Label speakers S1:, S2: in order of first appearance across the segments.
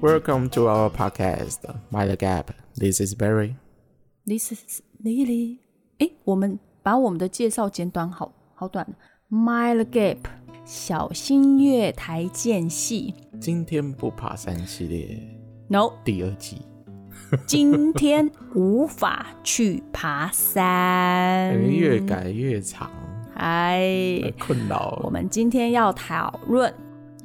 S1: Welcome to our podcast, Mind the Gap. This is Barry.
S2: This is Lily。哎，我们把我们的介绍简短好，好短。Mile Gap，小心月台间隙。
S1: 今天不爬山系列
S2: No，
S1: 第二季，
S2: 今天无法去爬山
S1: 感觉。越改越长，
S2: 哎，
S1: 很困
S2: 我
S1: 扰。
S2: 们今天要讨论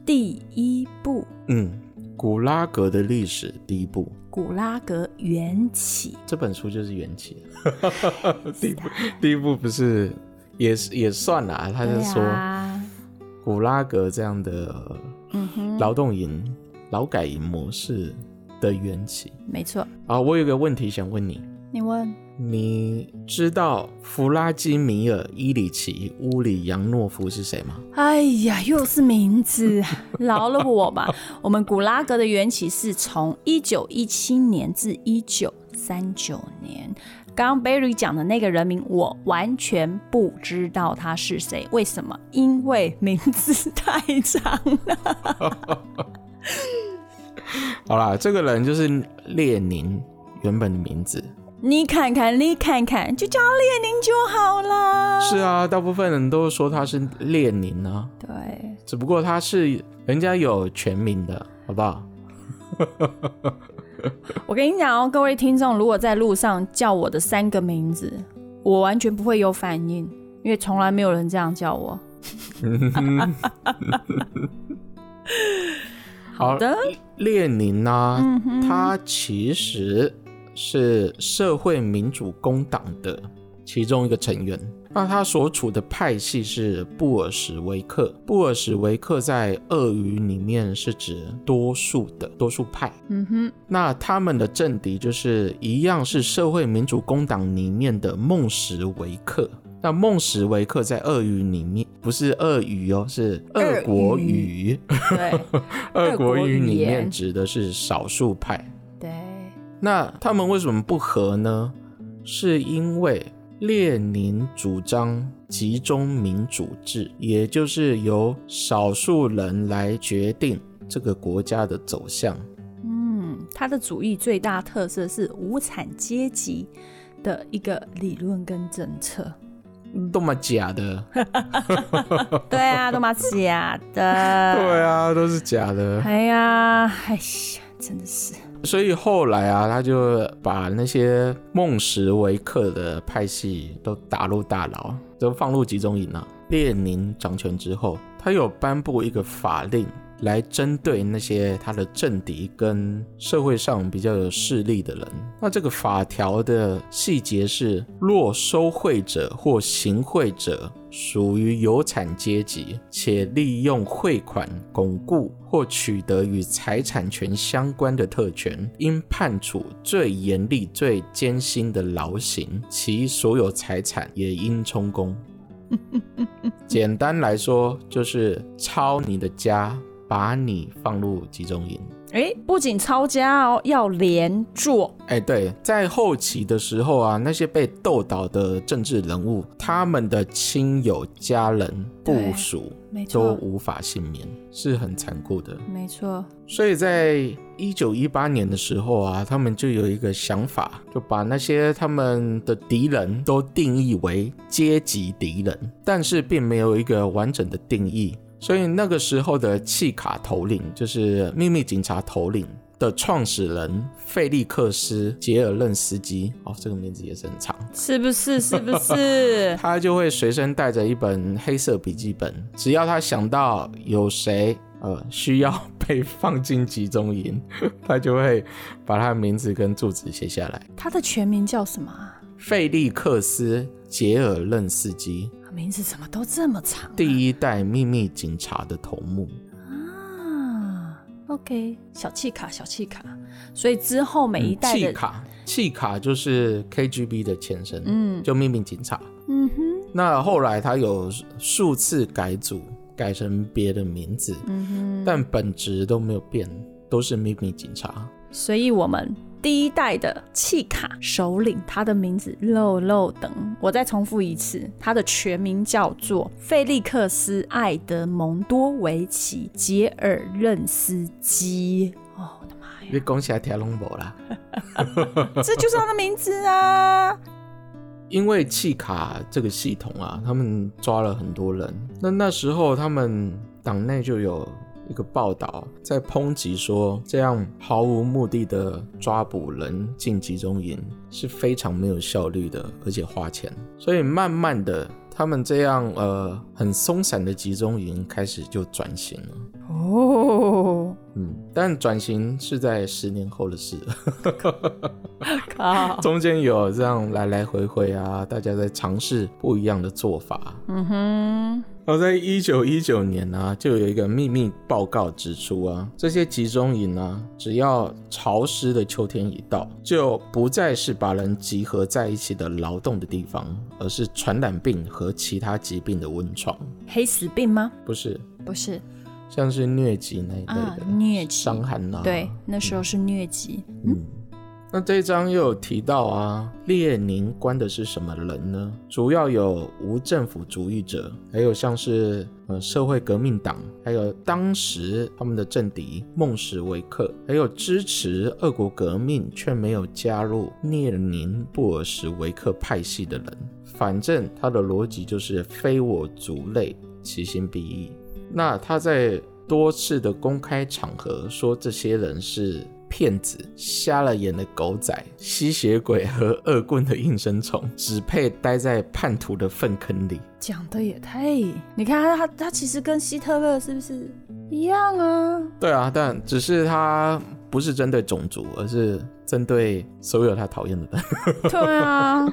S2: 第一部
S1: 嗯，古拉格的历史第一部，
S2: 古拉格缘起。
S1: 这本书就是缘 起。第一部，第一部不是也是也算啦，他就
S2: 对
S1: 说、
S2: 啊，
S1: 古拉格这样的
S2: 嗯哼，
S1: 劳动营、劳改营模式的缘起。
S2: 没错。
S1: 啊，我有个问题想问你。
S2: 你问
S1: 你知道弗拉基米尔·伊里奇·乌里扬诺夫是谁吗？
S2: 哎呀，又是名字， 饶了我吧。我们古拉格的缘起是从一九一七年至一九三九年。刚刚 Barry 讲的那个人名，我完全不知道他是谁。为什么？因为名字太长了。
S1: 好啦，这个人就是列宁原本的名字。
S2: 你看看，你看看，就叫列宁就好啦。
S1: 是啊，大部分人都说他是列宁啊，
S2: 对，
S1: 只不过他是人家有全名的，好不好？
S2: 我跟你讲哦，各位听众，如果在路上叫我的三个名字，我完全不会有反应，因为从来没有人这样叫 我。
S1: 好
S2: 好的，
S1: 列宁啊，
S2: 嗯
S1: 他其实是社会民主工党的其中一个成员。那他所处的派系是布尔什维克。布尔什维克在俄语里面是指多数的多数派。
S2: 嗯哼，
S1: 那他们的政敌就是一样是社会民主工党里面的孟什维克。那孟什维克在俄语里面不是俄语哦，是俄国
S2: 俄
S1: 语。
S2: 对
S1: 俄国语里
S2: 俄国语
S1: 面
S2: 言
S1: 指的是少数派。
S2: 对，
S1: 那他们为什么不和呢？是因为列宁主张集中民主制，也就是由少数人来决定这个国家的走向。
S2: 嗯，他的主义最大特色是无产阶级的一个理论跟政 策。
S1: 嗯多么假的！
S2: 对啊，都嘛假的。
S1: 对啊，都是假的。
S2: 哎呀，哎呀，真的是。
S1: 所以后来啊，他就把那些孟什维克的派系都打入大牢，都放入集中营啊了。列宁掌权之后，他有颁布一个法令来针对那些他的政敌跟社会上比较有势力的人。那这个法条的细节是：若收贿者或行贿者属于有产阶级，且利用汇款巩固或取得与财产权相关的特权，应判处最严厉、最艰辛的劳刑，其所有财产也应充公。简单来说，就是抄你的家，把你放入集中营。
S2: 哎，不仅抄家哦，要连坐。
S1: 哎，对，在后期的时候啊，那些被斗倒的政治人物，他们的亲友、家人、部
S2: 对
S1: 属
S2: 没
S1: 都
S2: 错，
S1: 无法幸免，是很残酷的。
S2: 没错。
S1: 所以在一九一八年的时候啊，他们就有一个想法，就把那些他们的敌人都定义为阶级敌人，但是并没有一个完整的定义。所以那个时候的契卡头领，就是秘密警察头领的创始人费利克斯·杰尔任斯基，哦，这个名字也是很长。？
S2: 是不是？是不是
S1: 他就会随身带着一本黑色笔记本，只要他想到有谁呃需要被放进集中营， 他就会把他的名字跟住址写下来。
S2: 他的全名叫什么、啊？
S1: 费利克斯·杰尔任斯基，
S2: 名字怎么都这么长啊、
S1: 第一代秘密警察的头目。
S2: 啊，OK，小气卡，小气卡。所以之后每一代
S1: 契
S2: 的，
S1: 卡，契卡就是 KGB 的前身，
S2: 嗯
S1: 就秘密警察。
S2: 嗯哼，
S1: 那后来他有数次改组，改成别的名字，
S2: 嗯哼。
S1: 但本质都没有变，都是秘密警察。
S2: 所以我们第一代的契卡首领，他的名字肉肉等，我再重复一次，他的全名叫做费利克斯·艾德蒙多维奇·杰尔任斯基。哦，我的妈呀！
S1: 你讲起来听拢无啦。
S2: 这就是他的名字啊！
S1: 因为弃卡这个系统啊，他们抓了很多人。那那时候他们党内就有一个报道在抨击说，这样毫无目的的抓捕人进集中营是非常没有效率的，而且花钱。所以慢慢的，他们这样呃很松散的集中营开始就转型了。
S2: 哦，
S1: 嗯，但转型是在十年后的事了。
S2: 靠，
S1: 中间有这样来来回回啊，大家在尝试不一样的做法。
S2: 嗯哼，
S1: 然后哦在一九一九年呢、啊，就有一个秘密报告指出啊，这些集中营啊，只要潮湿的秋天一到，就不再是把人集合在一起的劳动的地方，而是传染病和其他疾病的温床，
S2: 黑死病吗？
S1: 不是
S2: 不是，
S1: 像是疟疾那一类的、
S2: 啊疟疾
S1: 伤寒啊，
S2: 对，那时候是疟疾。
S1: 嗯，那这一章又有提到啊，列宁关的是什么人呢？主要有无政府主义者，还有像是呃社会革命党，还有当时他们的政敌孟什维克，还有支持俄国革命却没有加入列宁布尔什维克派系的人。反正他的逻辑就是非我族类，其心必异。那他在多次的公开场合说这些人是骗子、瞎了眼的狗仔、吸血鬼和恶棍的应声虫，只配待在叛徒的粪坑里。
S2: 讲的也太……你看他他他其实跟希特勒是不是一样啊？
S1: 对啊，但只是他不是针对种族，而是针对所有他讨厌的人。
S2: 对 啊，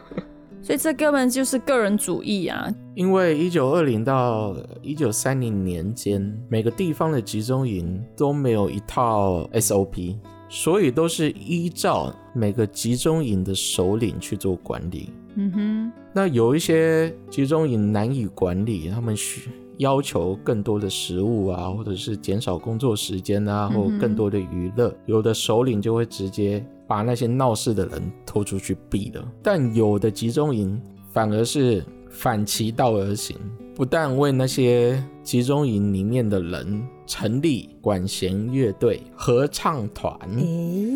S2: 所以这根本就是个人主义啊！
S1: 因为一九二零到一九三零年间，每个地方的集中营都没有一套 SOP，所以都是依照每个集中营的首领去做管理。
S2: 嗯哼，
S1: 那有一些集中营难以管理，他们需要求更多的食物啊，或者是减少工作时间啊，或更多的娱乐。有的首领就会直接把那些闹事的人拖出去毙了，但有的集中营反而是反其道而行，不但为那些集中营里面的人成立管弦乐队、合唱团、
S2: 诶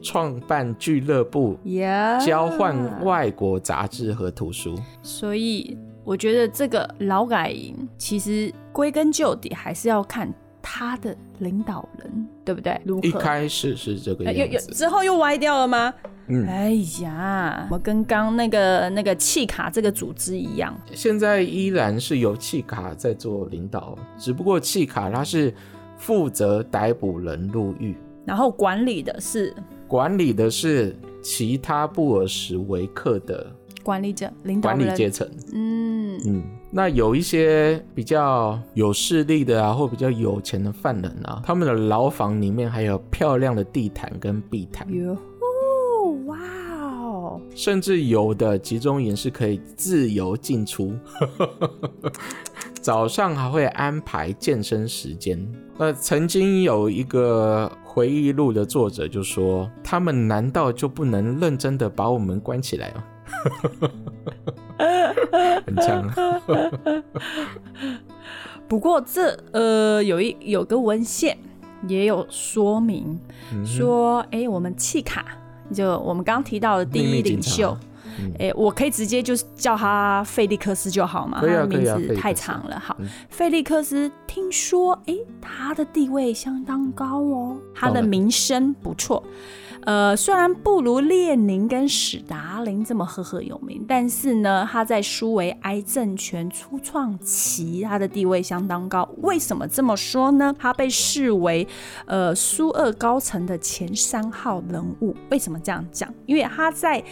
S1: 创办俱乐部、
S2: 呀
S1: 交换外国杂志和图书。
S2: 所以我觉得这个劳改营其实归根究底还是要看他的领导人，对不对？如何？
S1: 一开始是这个
S2: 呃又又
S1: 样子，
S2: 之后又歪掉了吗？
S1: 嗯，
S2: 哎呀，我跟刚那个那个弃卡这个组织一样，
S1: 现在依然是由契卡在做领导，只不过契卡他是负责逮捕人入狱，
S2: 然后管理的是
S1: 管理的是其他布尔什维克的
S2: 管理者、领导
S1: 管理
S2: 人，
S1: 阶层。
S2: 嗯，
S1: 嗯，那有一些比较有势力的啊，或比较有钱的犯人啊，他们的牢房里面还有漂亮的地毯跟壁毯，
S2: 哟呼，哇哦，
S1: 甚至有的集中营是可以自由进出，早上还会安排健身时间。那曾经有一个回忆录的作者就说：“他们难道就不能认真的把我们关起来吗？” 很强啊，
S2: 不过这呃有一有个文献也有说明，
S1: 嗯哼
S2: 说哎、诶我们契卡就我们刚提到的第
S1: 秘密
S2: 一
S1: 警
S2: 领
S1: 察
S2: 袖，
S1: 嗯
S2: 哎、我可以直接就是叫他费利克斯就好嘛，
S1: 可以啊
S2: 他的名
S1: 可以啊费利
S2: 字
S1: 克斯
S2: 太长了。好
S1: 嗯，
S2: 费利克斯听说，哎、他的地位相当高哦，他
S1: 当
S2: 的
S1: 然
S2: 名声不错。呃，虽然不如列宁跟史达林这么赫赫有名，但是呢，他在苏维埃政权初创期，他的地位相当高。为什么这么说呢？他被视为呃苏俄高层的前三号人物。为什么这样讲？因为他在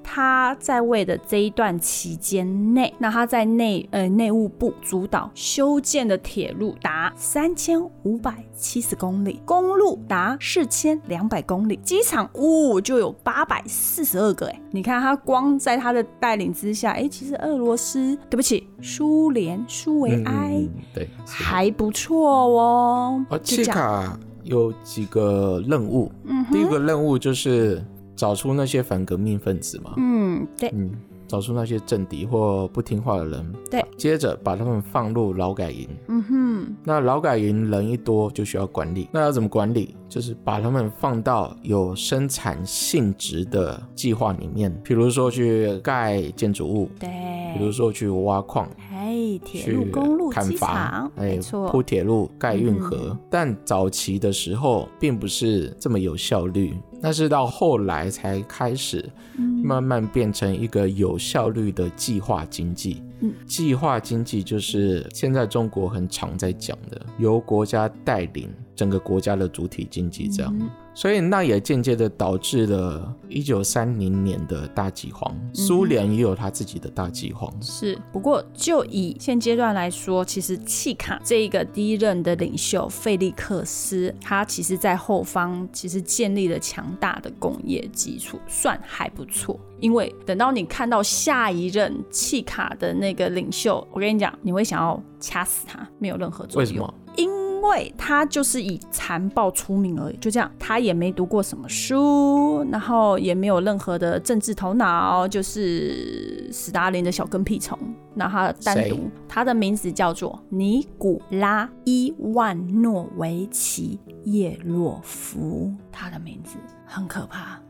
S2: 他在位的这一段期间内，那他在内呃内务部主导修建的铁路达三千五百七十公里，公路达四千两百公里，机场呜就有八百四十二个哎，你看他光在他的带领之下，哎，其实俄罗斯对不起，苏联苏维
S1: 嗯嗯
S2: 埃。
S1: 嗯对，是的
S2: 还不错哦，
S1: 而
S2: 就
S1: 契
S2: 这样，
S1: 卡有几个任务，
S2: 嗯
S1: 第一
S2: 哼，
S1: 个任务就是找出那些反革命分子嘛，
S2: 嗯，对，
S1: 嗯，找出那些政敌或不听话的人，
S2: 对，
S1: 接着把他们放入劳改营，
S2: 嗯哼，
S1: 那劳改营人一多就需要管理，那要怎么管理？就是把他们放到有生产性质的计划里面，比如说去盖建筑物，比如
S2: 对，
S1: 说去挖矿，
S2: 哎，
S1: 嗯
S2: 铁
S1: 去哎
S2: 路、公路、
S1: 砍
S2: 机
S1: 伐
S2: 场，，没
S1: 铺
S2: 错，嗯
S1: 铁路、盖运河。但早期的时候并不是这么有效率，那是到后来才开始
S2: 嗯
S1: 慢慢变成一个有效率的计划经济。
S2: 嗯
S1: 计划经济就是现在中国很常在讲的，由国家带领整个国家的主体经济这样。
S2: 嗯
S1: 所以那也间接的导致了一九三零年的大饥荒，
S2: 嗯
S1: 苏联也有它自己的大饥荒。
S2: 是。不过就以现阶段来说，其实契卡这一个第一任的领袖费利克斯，他其实在后方其实建立了强大的工业基础，算还不错。因为等到你看到下一任契卡的那个领袖，我跟你讲，你会想要掐死他，没有任何作
S1: 为
S2: 用。
S1: 什么？
S2: 因为他就是以残暴出名而已，就这样，他也没读过什么书，然后也没有任何的政治头脑，就是斯大林的小跟屁虫。那他单
S1: 谁
S2: 独，他的名字叫做尼古拉伊万诺维奇叶洛夫，他的名字很可怕。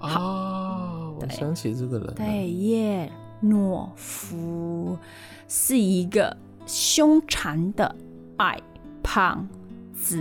S1: 哦，我
S2: 对
S1: 想起这个人了。
S2: 对，叶诺夫是一个凶残的矮胖子。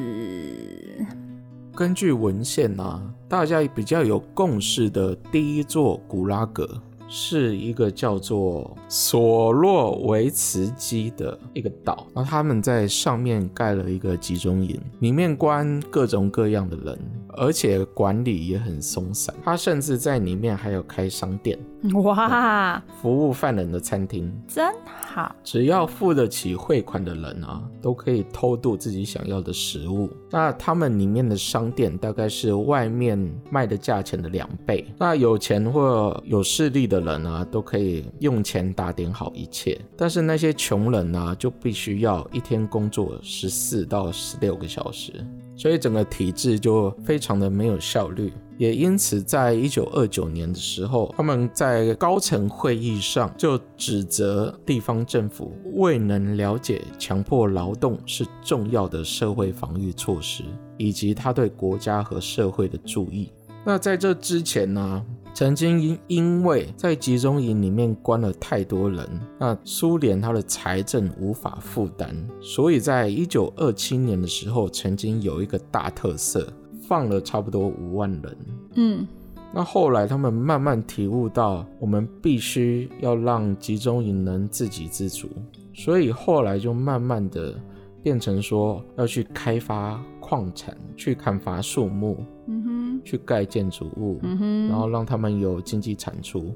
S1: 根据文献啊，大家比较有共识的第一座古拉格是一个叫做索洛维茨基的一个岛，然后他们在上面盖了一个集中营，里面关各种各样的人，而且管理也很松散。他甚至在里面还有开商店，
S2: 哇，
S1: 服务犯人的餐厅，
S2: 真好！
S1: 只要付得起汇款的人啊，都可以偷渡自己想要的食物。那他们里面的商店大概是外面卖的价钱的两倍。那有钱或有势力的人啊，都可以用钱打点好一切。但是那些穷人啊，就必须要一天工作十四到十六个小时，所以整个体制就非常的没有效率。也因此，在一九二九年的时候，他们在高层会议上就指责地方政府未能了解强迫劳动是重要的社会防御措施，以及它对国家和社会的注意。那在这之前呢，曾经因因为在集中营里面关了太多人，那苏联它的财政无法负担，所以在一九二七年的时候，曾经有一个大特色，放了差不多五万人。
S2: 嗯，
S1: 那后来他们慢慢体悟到，我们必须要让集中营能自给自足，所以后来就慢慢的变成说要去开发矿产，去砍伐树木，
S2: 嗯哼，
S1: 去盖建筑物，
S2: 嗯哼，
S1: 然后让他们有经济产出，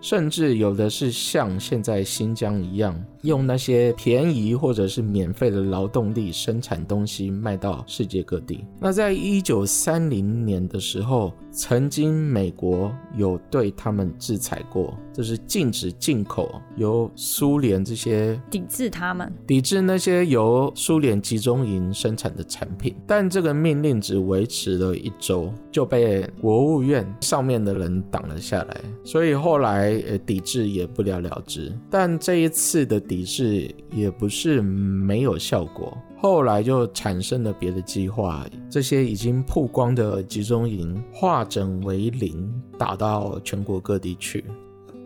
S1: 甚至有的是像现在新疆一样，用那些便宜或者是免费的劳动力生产东西卖到世界各地。那在一九三零年的时候，曾经美国有对他们制裁过，就是禁止进口由苏联这些
S2: 抵制他们。
S1: 抵制那些由苏联集中营生产的产品，但这个命令只维持了一周，就被国务院上面的人挡了下来，所以后来呃抵制也不了了之。但这一次的抵制也不是没有效果，后来就产生了别的计划，这些已经曝光的集中营化整为零，打到全国各地去。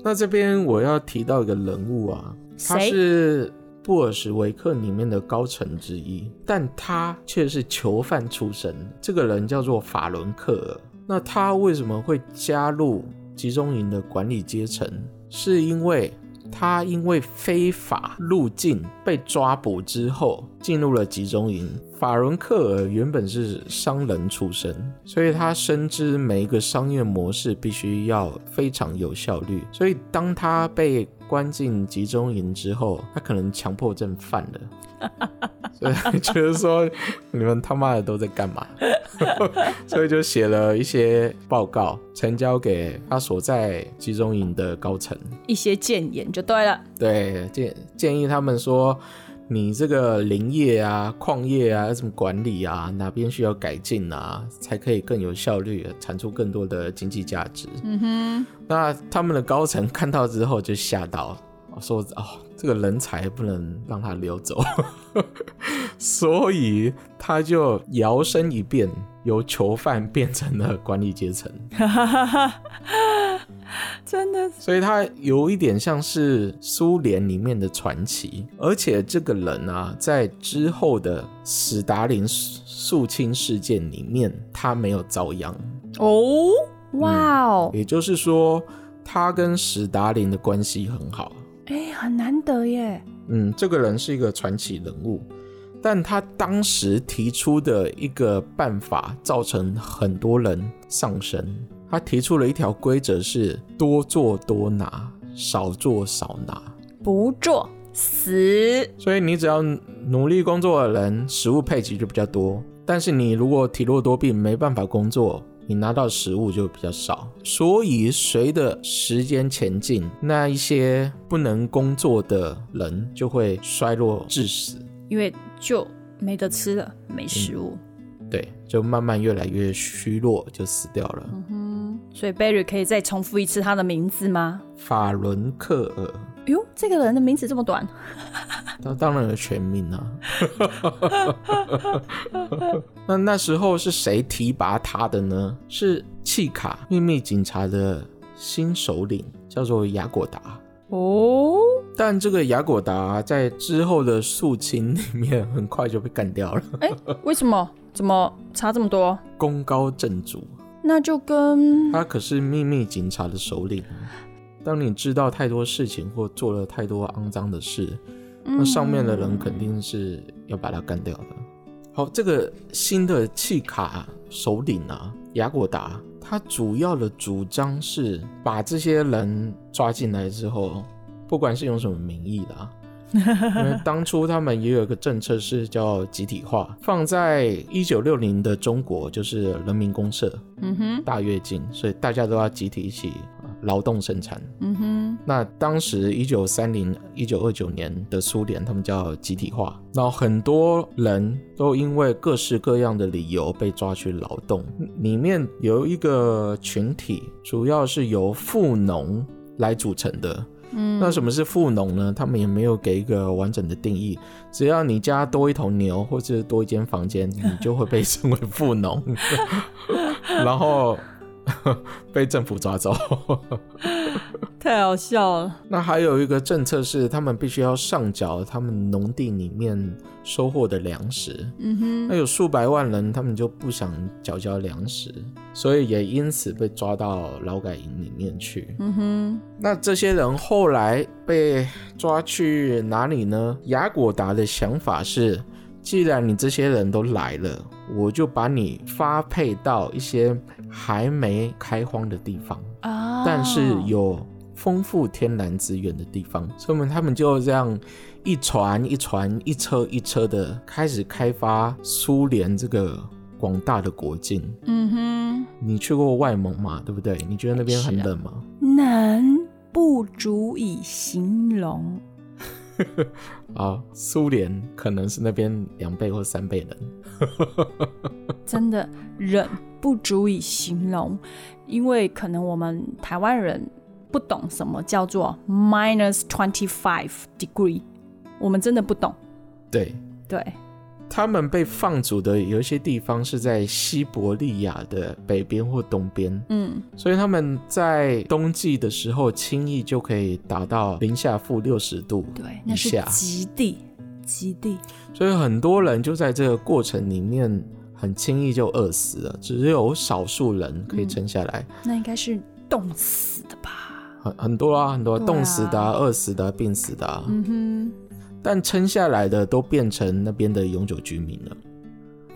S1: 那这边我要提到一个人物啊，他
S2: 谁
S1: 是布尔什维克里面的高层之一，但他却是囚犯出身。这个人叫做法伦克尔。那他为什么会加入集中营的管理阶层？是因为他因为非法入境被抓捕之后，进入了集中营。法伦克尔原本是商人出身，所以他深知每一个商业模式必须要非常有效率。所以当他被关进集中营之后，他可能强迫症犯了。所以他觉得说你们他妈的都在干嘛？ 所以就写了一些报告，呈交给他所在集中营的高层。
S2: 一些谏言就对了。
S1: 对，建建议他们说，你这个林业啊、矿业啊，要怎么管理啊，哪边需要改进啊，才可以更有效率，产出更多的经济价值。
S2: 嗯哼，
S1: 那他们的高层看到之后就吓到，我说哦，这个人才不能让他溜走， 所以他就摇身一变，由囚犯变成了管理阶层。
S2: 真的
S1: 所以他有一点像是苏联里面的传奇，而且这个人啊，在之后的史达林肃清事件里面，他没有遭殃，
S2: 哦，
S1: 嗯
S2: 哇哦，
S1: 也就是说，他跟史达林的关系很好。
S2: 哎、很难得耶，
S1: 嗯，这个人是一个传奇人物，但他当时提出的一个办法，造成很多人上身。他提出了一条规则是：多做多拿，少做少拿。
S2: 不做死，
S1: 所以你只要努力工作的人，食物配给就比较多；但是你如果体弱多病，没办法工作，你拿到食物就比较少。所以随着时间前进，那一些不能工作的人就会衰落致死，
S2: 因为就没得吃了，没食物。
S1: 对，就慢慢越来越虚弱，就死掉了。嗯
S2: 所以 Barry 可以再重复一次他的名字吗？
S1: 法伦克尔，
S2: 哟，这个人的名字这么短，
S1: 那当然有全名啊。 那那时候是谁提拔他的呢？是契卡秘密警察的新首领，叫做雅果达。
S2: 哦，
S1: 但这个雅果达在之后的肃清里面很快就被干掉了，
S2: 为什么？怎么差这么多？
S1: 功高震主。
S2: 那就跟
S1: 他可是秘密警察的首领。啊当你知道太多事情或做了太多肮脏的事，
S2: 嗯
S1: 那上面的人肯定是要把他干掉的。好，这个新的契卡首领啊，雅果达，他主要的主张是把这些人抓进来之后，不管是用什么名义啦、因为当初他们也有一个政策是叫集体化，放在一九六零的中国就是人民公社，
S2: 嗯哼，
S1: 大跃进，所以大家都要集体一起呃劳动生产。
S2: 嗯哼，
S1: 那当时一九三零、一九二九年的苏联，他们叫集体化，然后很多人都因为各式各样的理由被抓去劳动。里面有一个群体，主要是由富农来组成的。
S2: 嗯，
S1: 那什么是富农呢？他们也没有给一个完整的定义，只要你家多一头牛或者多一间房间，你就会被称为富农， 然后 被政府抓走。
S2: 太好笑了。
S1: 那还有一个政策是，他们必须要上缴他们农地里面收获的粮食。
S2: 嗯哼，
S1: 那有数百万人，他们就不想缴交粮食，所以也因此被抓到劳改营里面去。
S2: 嗯哼，
S1: 那这些人后来被抓去哪里呢？雅果达的想法是，既然你这些人都来了，我就把你发配到一些还没开荒的地方，
S2: 啊，
S1: 但是有丰富天然资源的地方，所以他们就这样一船一船、一车一车的开始开发苏联这个广大的国境。
S2: 嗯
S1: 你去过外蒙嘛？对不对？你觉得那边很
S2: 是啊
S1: 冷吗？
S2: 哼，难不足以形容。
S1: 啊，苏联可能是那边两倍或三倍人。
S2: 真的忍不足以形容，因为可能我们台湾人不懂什么叫做 minus twenty five degree，我们真的不懂。
S1: 对，
S2: 对，
S1: 他们被放逐的有一些地方是在西伯利亚的北边或东边，
S2: 嗯，
S1: 所以他们在冬季的时候轻易就可以达到零下负六十度
S2: 对，那
S1: 以
S2: 是
S1: 下，
S2: 极地，极地。
S1: 所以很多人就在这个过程里面很轻易就饿死了，只有少数人
S2: 嗯
S1: 可以撑下来。
S2: 那应该是冻死的吧？
S1: 很很多啊，很多、
S2: 对啊
S1: 冻死的、啊、饿死的啊、病死的、啊，
S2: 嗯
S1: 但撑下来的都变成那边的永久居民了。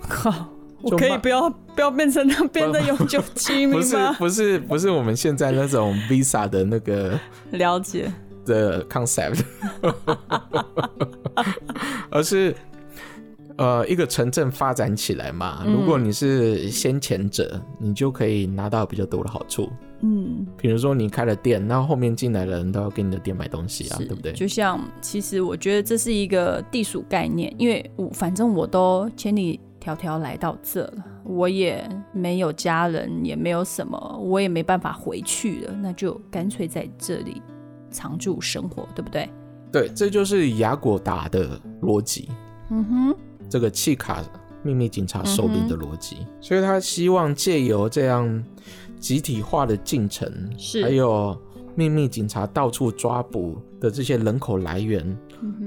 S2: 哼，靠！我
S1: 就
S2: 可以
S1: 慢
S2: 不要不要变成那边的永久 居民
S1: 不是
S2: 吗？
S1: 不是不是我们现在那种 Visa 的那个
S2: 了解，
S1: 的 concept，而是呃一个城镇发展起来嘛。
S2: 嗯
S1: 如果你是先前者，你就可以拿到比较多的好处。
S2: 嗯，
S1: 比如说你开了店，那后面进来的人都要给你的店买东西啊，对不对？
S2: 就像其实我觉得这是一个地属概念，因为我反正我都千里迢迢来到这了，我也没有家人，也没有什么，我也没办法回去了，那就干脆在这里常住生活，对不对？
S1: 对，这就是雅果达的逻辑，
S2: 嗯哼，嗯
S1: 这个契卡秘密警察首领的逻辑。所以他希望借由这样集体化的进程，
S2: 是
S1: 还有秘密警察到处抓捕的这些人口来源，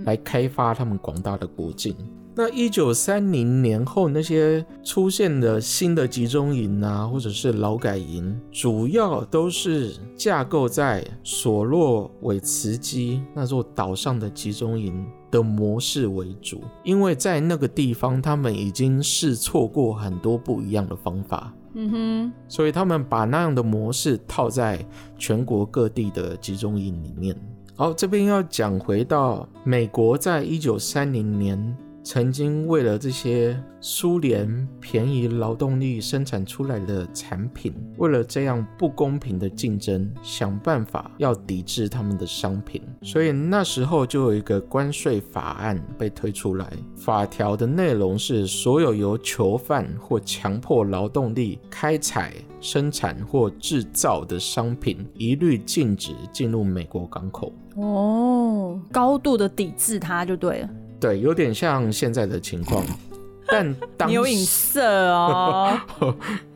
S1: 来开发他们广大的国境。那一九三零年后，那些出现的新的集中营啊，或者是劳改营，主要都是架构在索洛韦茨基那座岛上的集中营的模式为主，因为在那个地方，他们已经试错过很多不一样的方法，
S2: 嗯哼，
S1: 所以他们把那样的模式套在全国各地的集中营里面。好，这边要讲回到美国，在一九三零年曾经为了这些苏联便宜劳动力生产出来的产品，为了这样不公平的竞争，想办法要抵制他们的商品。所以那时候就有一个关税法案被推出来，法条的内容是所有由囚犯或强迫劳动力开采、生产或制造的商品，一律禁止进入美国港口。
S2: 哦，高度的抵制它就对了。
S1: 对，有点像现在的情 况，但当
S2: 你有影
S1: 时
S2: 射哦，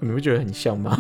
S1: 你不觉得很像吗？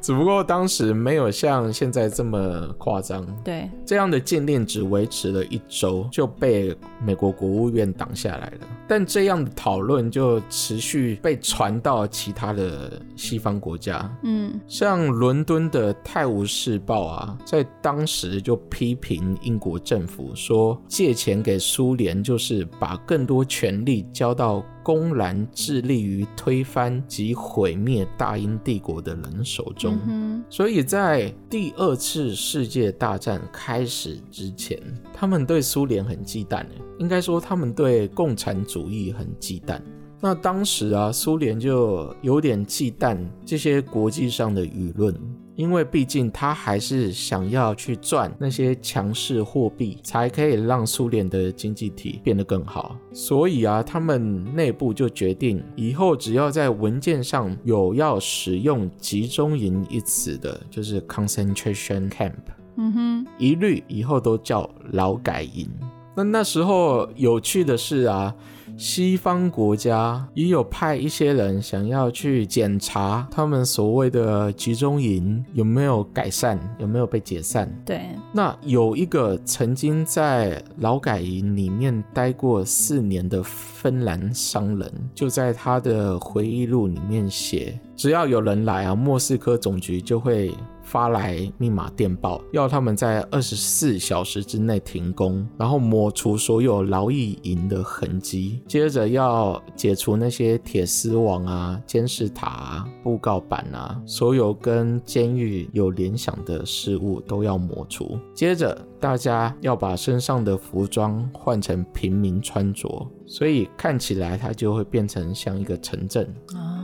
S1: 只不过当时没有像现在这么夸张，
S2: 对，
S1: 这样的禁令只维持了一周就被美国国务院挡下来了。但这样的讨论就持续被传到其他的西方国家，
S2: 嗯，
S1: 像伦敦的《泰晤士报》啊，在当时就批评英国政府说，借钱给苏联就是把更多权力交到公然致力于推翻及毁灭大英帝国的人手中。
S2: 嗯
S1: 所以在第二次世界大战开始之前，他们对苏联很忌惮，欸应该说他们对共产主义很忌惮。那当时啊，苏联就有点忌惮这些国际上的舆论，因为毕竟他还是想要去赚那些强势货币，才可以让苏联的经济体变得更好。所以啊，他们内部就决定，以后只要在文件上有要使用“集中营”一词的，就是 concentration camp，
S2: 哼，嗯哼，
S1: 一律以后都叫劳改营。那那时候有趣的是啊，西方国家也有派一些人想要去检查他们所谓的集中营有没有改善，有没有被解散。
S2: 对，
S1: 那有一个曾经在劳改营里面待过四年的芬兰商人，就在他的回忆录里面写：只要有人来啊，莫斯科总局就会发来密码电报，要他们在二十四小时之内停工，然后抹除所有劳役营的痕迹，接着要解除那些铁丝网啊、监视塔啊、布告板啊，所有跟监狱有联想的事物都要抹除。接着，大家要把身上的服装换成平民穿着，所以看起来它就会变成像一个城镇。
S2: 嗯啊，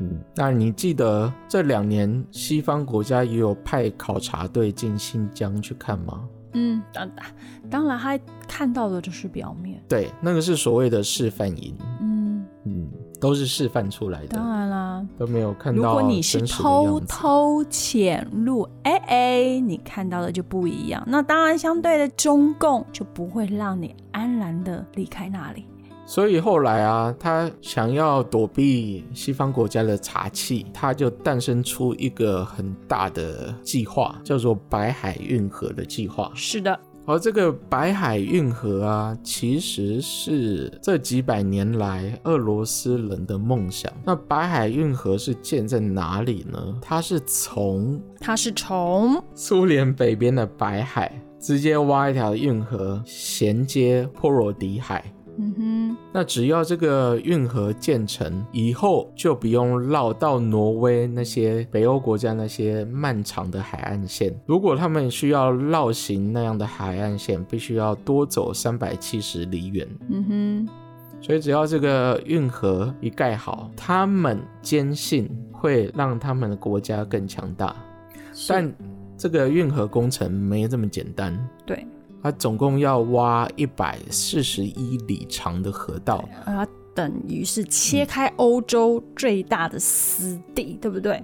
S1: 嗯，那你记得这两年西方国家也有派考察队进新疆去看吗？
S2: 嗯，当当当然，他看到的就是表面，
S1: 对，那个是所谓的示范营，
S2: 嗯，
S1: 嗯，都是示范出来
S2: 当
S1: 的，
S2: 然啦。
S1: 都没有看
S2: 如
S1: 到
S2: 果你是
S1: 真实的
S2: 偷
S1: 样子。
S2: 偷潜入，哎哎，你看到的就不一样。那当然，相对的，中共就不会让你安然的离开那里。
S1: 所以后来啊，他想要躲避西方国家的查气，他就诞生出一个很大的计划，叫做白海运河的计划。
S2: 是的，
S1: 而这个白海运河啊，其实是这几百年来俄罗斯人的梦想。那白海运河是建在哪里呢？它是从
S2: 它是从
S1: 苏联北边的白海直接挖一条运河，衔接波罗的海。
S2: 嗯
S1: 那只要这个运河建成以后，就不用绕到挪威那些北欧国家那些漫长的海岸线。如果他们需要绕行那样的海岸线，必须要多走三百七十里远。
S2: 哼，嗯哼，
S1: 所以只要这个运河一盖好，他们坚信会让他们的国家更强大。
S2: 是
S1: 但这个运河工程没这么简单，
S2: 对，
S1: 它总共要挖一百四十一里长的河道。
S2: 呃，等于是切开欧洲最大的湿地，对不对？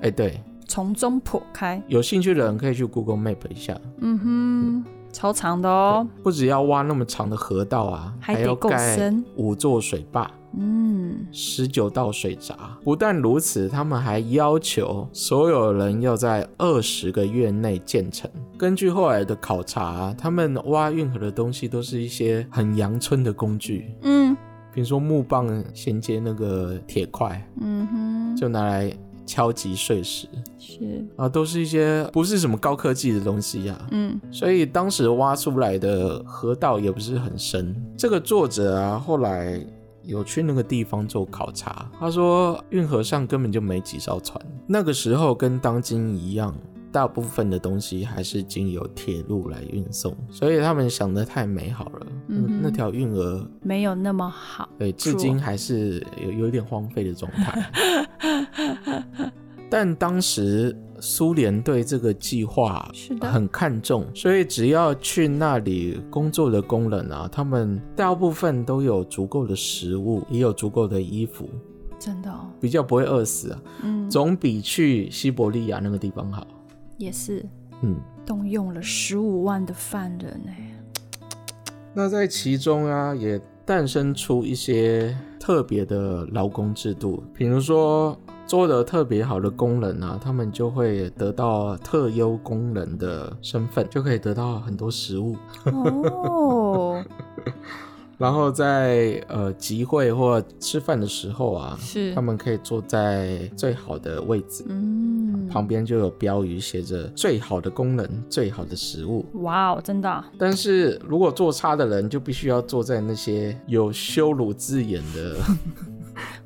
S1: 哎、对，
S2: 从中破开。
S1: 有兴趣的人可以去 Google Map 一下，
S2: 嗯哼，超长的哦。
S1: 不只要挖那么长的河道啊，
S2: 还
S1: 还
S2: 得
S1: 要
S2: 够
S1: 盖
S2: 深
S1: 五座水坝。
S2: 嗯，
S1: 十九道水闸。不但如此，他们还要求所有人要在二十个月内建成。根据后来的考察，啊他们挖运河的东西都是一些很阳春的工具，
S2: 嗯
S1: 比如说木棒衔接那个铁块，
S2: 嗯哼，
S1: 就拿来敲击碎石
S2: 是，
S1: 啊，都是一些不是什么高科技的东西啊呀、
S2: 嗯
S1: 所以当时挖出来的河道也不是很深。这个作者啊，后来有去那个地方做考察，他说运河上根本就没几艘船。那个时候跟当今一样，大部分的东西还是经由铁路来运送，所以他们想得太美好了。
S2: 嗯哼
S1: 嗯，那条运河。
S2: 没有那么好。
S1: 对，至
S2: 是
S1: 今还是有有一点荒废的状 态。但当时苏联对这个计划
S2: 是的
S1: 很看重，所以只要去那里工作的工人啊，他们大部分都有足够的食物，也有足够的衣服，
S2: 真的哦，
S1: 比较不会饿死啊，
S2: 嗯，
S1: 总比去西伯利亚那个地方好。
S2: 也是
S1: 嗯，
S2: 动用了十五万的犯人哎，
S1: 那在其中啊，也诞生出一些特别的劳工制度，比如说做得特别好的工人啊，他们就会得到特优工人的身份，就可以得到很多食物。
S2: 哦，
S1: 然后在呃集会或吃饭的时候啊，
S2: 是
S1: 他们可以坐在最好的位置，
S2: 嗯，
S1: 旁边就有标语写着“最好的工人，最好的食物”。
S2: 哇哦，真的啊
S1: 但是如果做差的人，就必须要坐在那些有羞辱字眼 的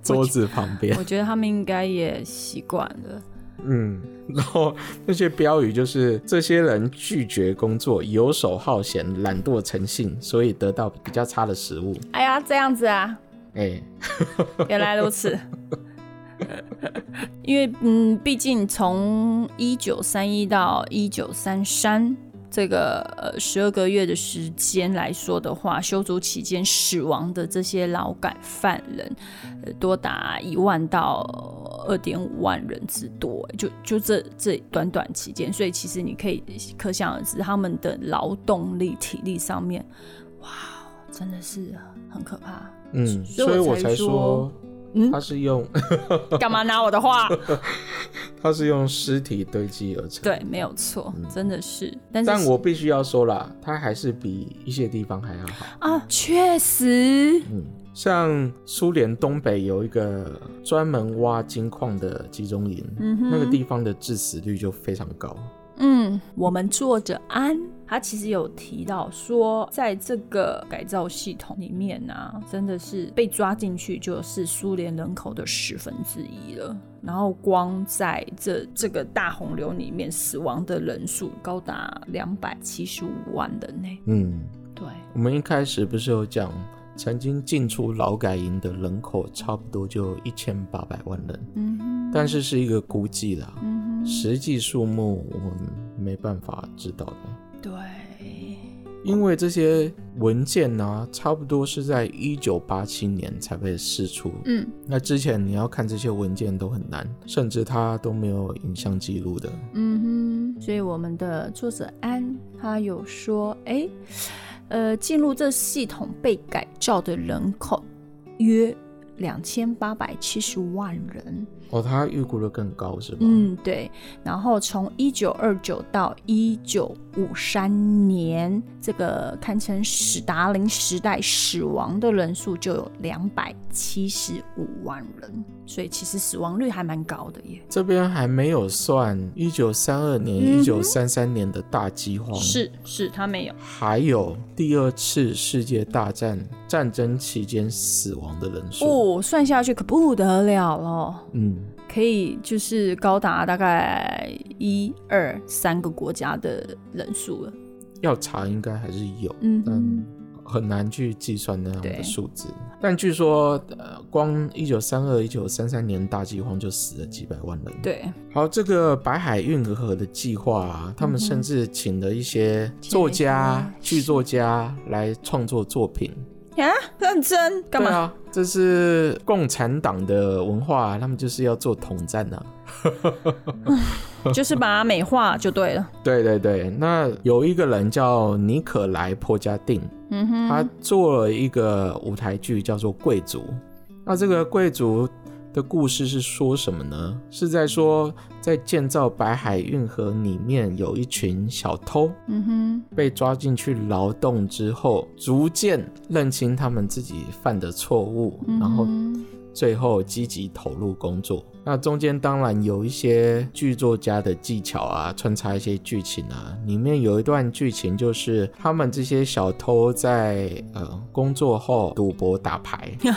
S1: 桌子旁边。
S2: 我觉得他们应该也习惯了。
S1: 嗯，然后那些标语就是这些人拒绝工作，游手好闲，懒惰成性，所以得到比较差的食物。
S2: 哎呀，这样子啊，
S1: 哎、
S2: 原来如此。因为嗯，毕竟从一九三一到一九三三这个呃十二个月的时间来说的话，修筑期间死亡的这些劳改犯人，呃多达一万到二点五万人之多，就就这这短短期间，所以其实你可以可想而知，他们的劳动力、体力上面，哇，真的是很可怕。
S1: 嗯，
S2: 所
S1: 所
S2: 以
S1: 以
S2: 我
S1: 我
S2: 才
S1: 才
S2: 说
S1: 说
S2: 嗯，
S1: 他是用
S2: 干嘛拿我的话？
S1: 他是用尸体堆积而成。
S2: 对，，没有错，真的是。但是
S1: 嗯但我必须要说啦，他还是比一些地方还要好。
S2: 啊，确实，
S1: 嗯，像苏联东北有一个专门挖金矿的集中营，
S2: 嗯哼
S1: 那个地方的致死率就非常高。
S2: 嗯，我们作者安他其实有提到说，在这个改造系统里面啊，真的是被抓进去就是苏联人口的十分之一了。然后光在这这个大洪流里面死亡的人数高达两百七十五万人呢、
S1: 嗯，
S2: 对，
S1: 我们一开始不是有讲，曾经进出劳改营的人口差不多就一千八百万人，
S2: 嗯哼，
S1: 但是是一个估计啦，
S2: 嗯
S1: 实际数目我们没办法知道的。
S2: 哼，对，
S1: 因为这些文件呢、差不多是在一九八七年才被释出。
S2: 嗯，
S1: 那之前你要看这些文件都很难，甚至它都没有影像记录的。
S2: 嗯哼，所以我们的作者安他有说，哎，呃，进入这系统被改造的人口约两千八百七十万人。
S1: 哦，它预估的更高是吧？，
S2: 嗯，对。然后从一九二九到一九五三年，这个堪称史达林时代死亡的人数就有两百七十五万人，所以其实死亡率还蛮高的耶。
S1: 这边还没有算一九三二年、
S2: 嗯
S1: 一九三三年的大饥荒，
S2: 是是，他没有。
S1: 还有第二次世界大战战争期间死亡的人数。
S2: 哦，算下去可不得了了，
S1: 嗯，
S2: 可以就是高达大概一二三个国家的人数了。
S1: 要查应该还是有。
S2: 嗯
S1: 嗯
S2: 哼，
S1: 很难去计算那样
S2: 对
S1: 的数字。但据说，呃，光一九三二、一九三三年大饥荒就死了几百万人。，
S2: 对，
S1: 好，这个白海运河的计划、啊，他们甚至请了一些作家
S2: 嗯、哼
S1: 剧作家来创作作品。
S2: 啊，认真干
S1: 对
S2: 嘛？
S1: 啊，这啊是共产党的文化，他们就是要做统战啊。
S2: 就是把它美化就对了。
S1: 对对对，那有一个人叫尼可莱·坡加定，
S2: 嗯哼，
S1: 他做了一个舞台剧叫做《贵族》。那这个贵族的故事是说什么呢？是在说在建造白海运河里面有一群小偷
S2: 嗯哼，
S1: 被抓进去劳动之后，逐渐认清他们自己犯的错误， 然后
S2: 嗯
S1: 最后积极投入工作。那中间当然有一些剧作家的技巧啊，穿插一些剧情啊。里面有一段剧情就是他们这些小偷在呃工作后赌博打牌，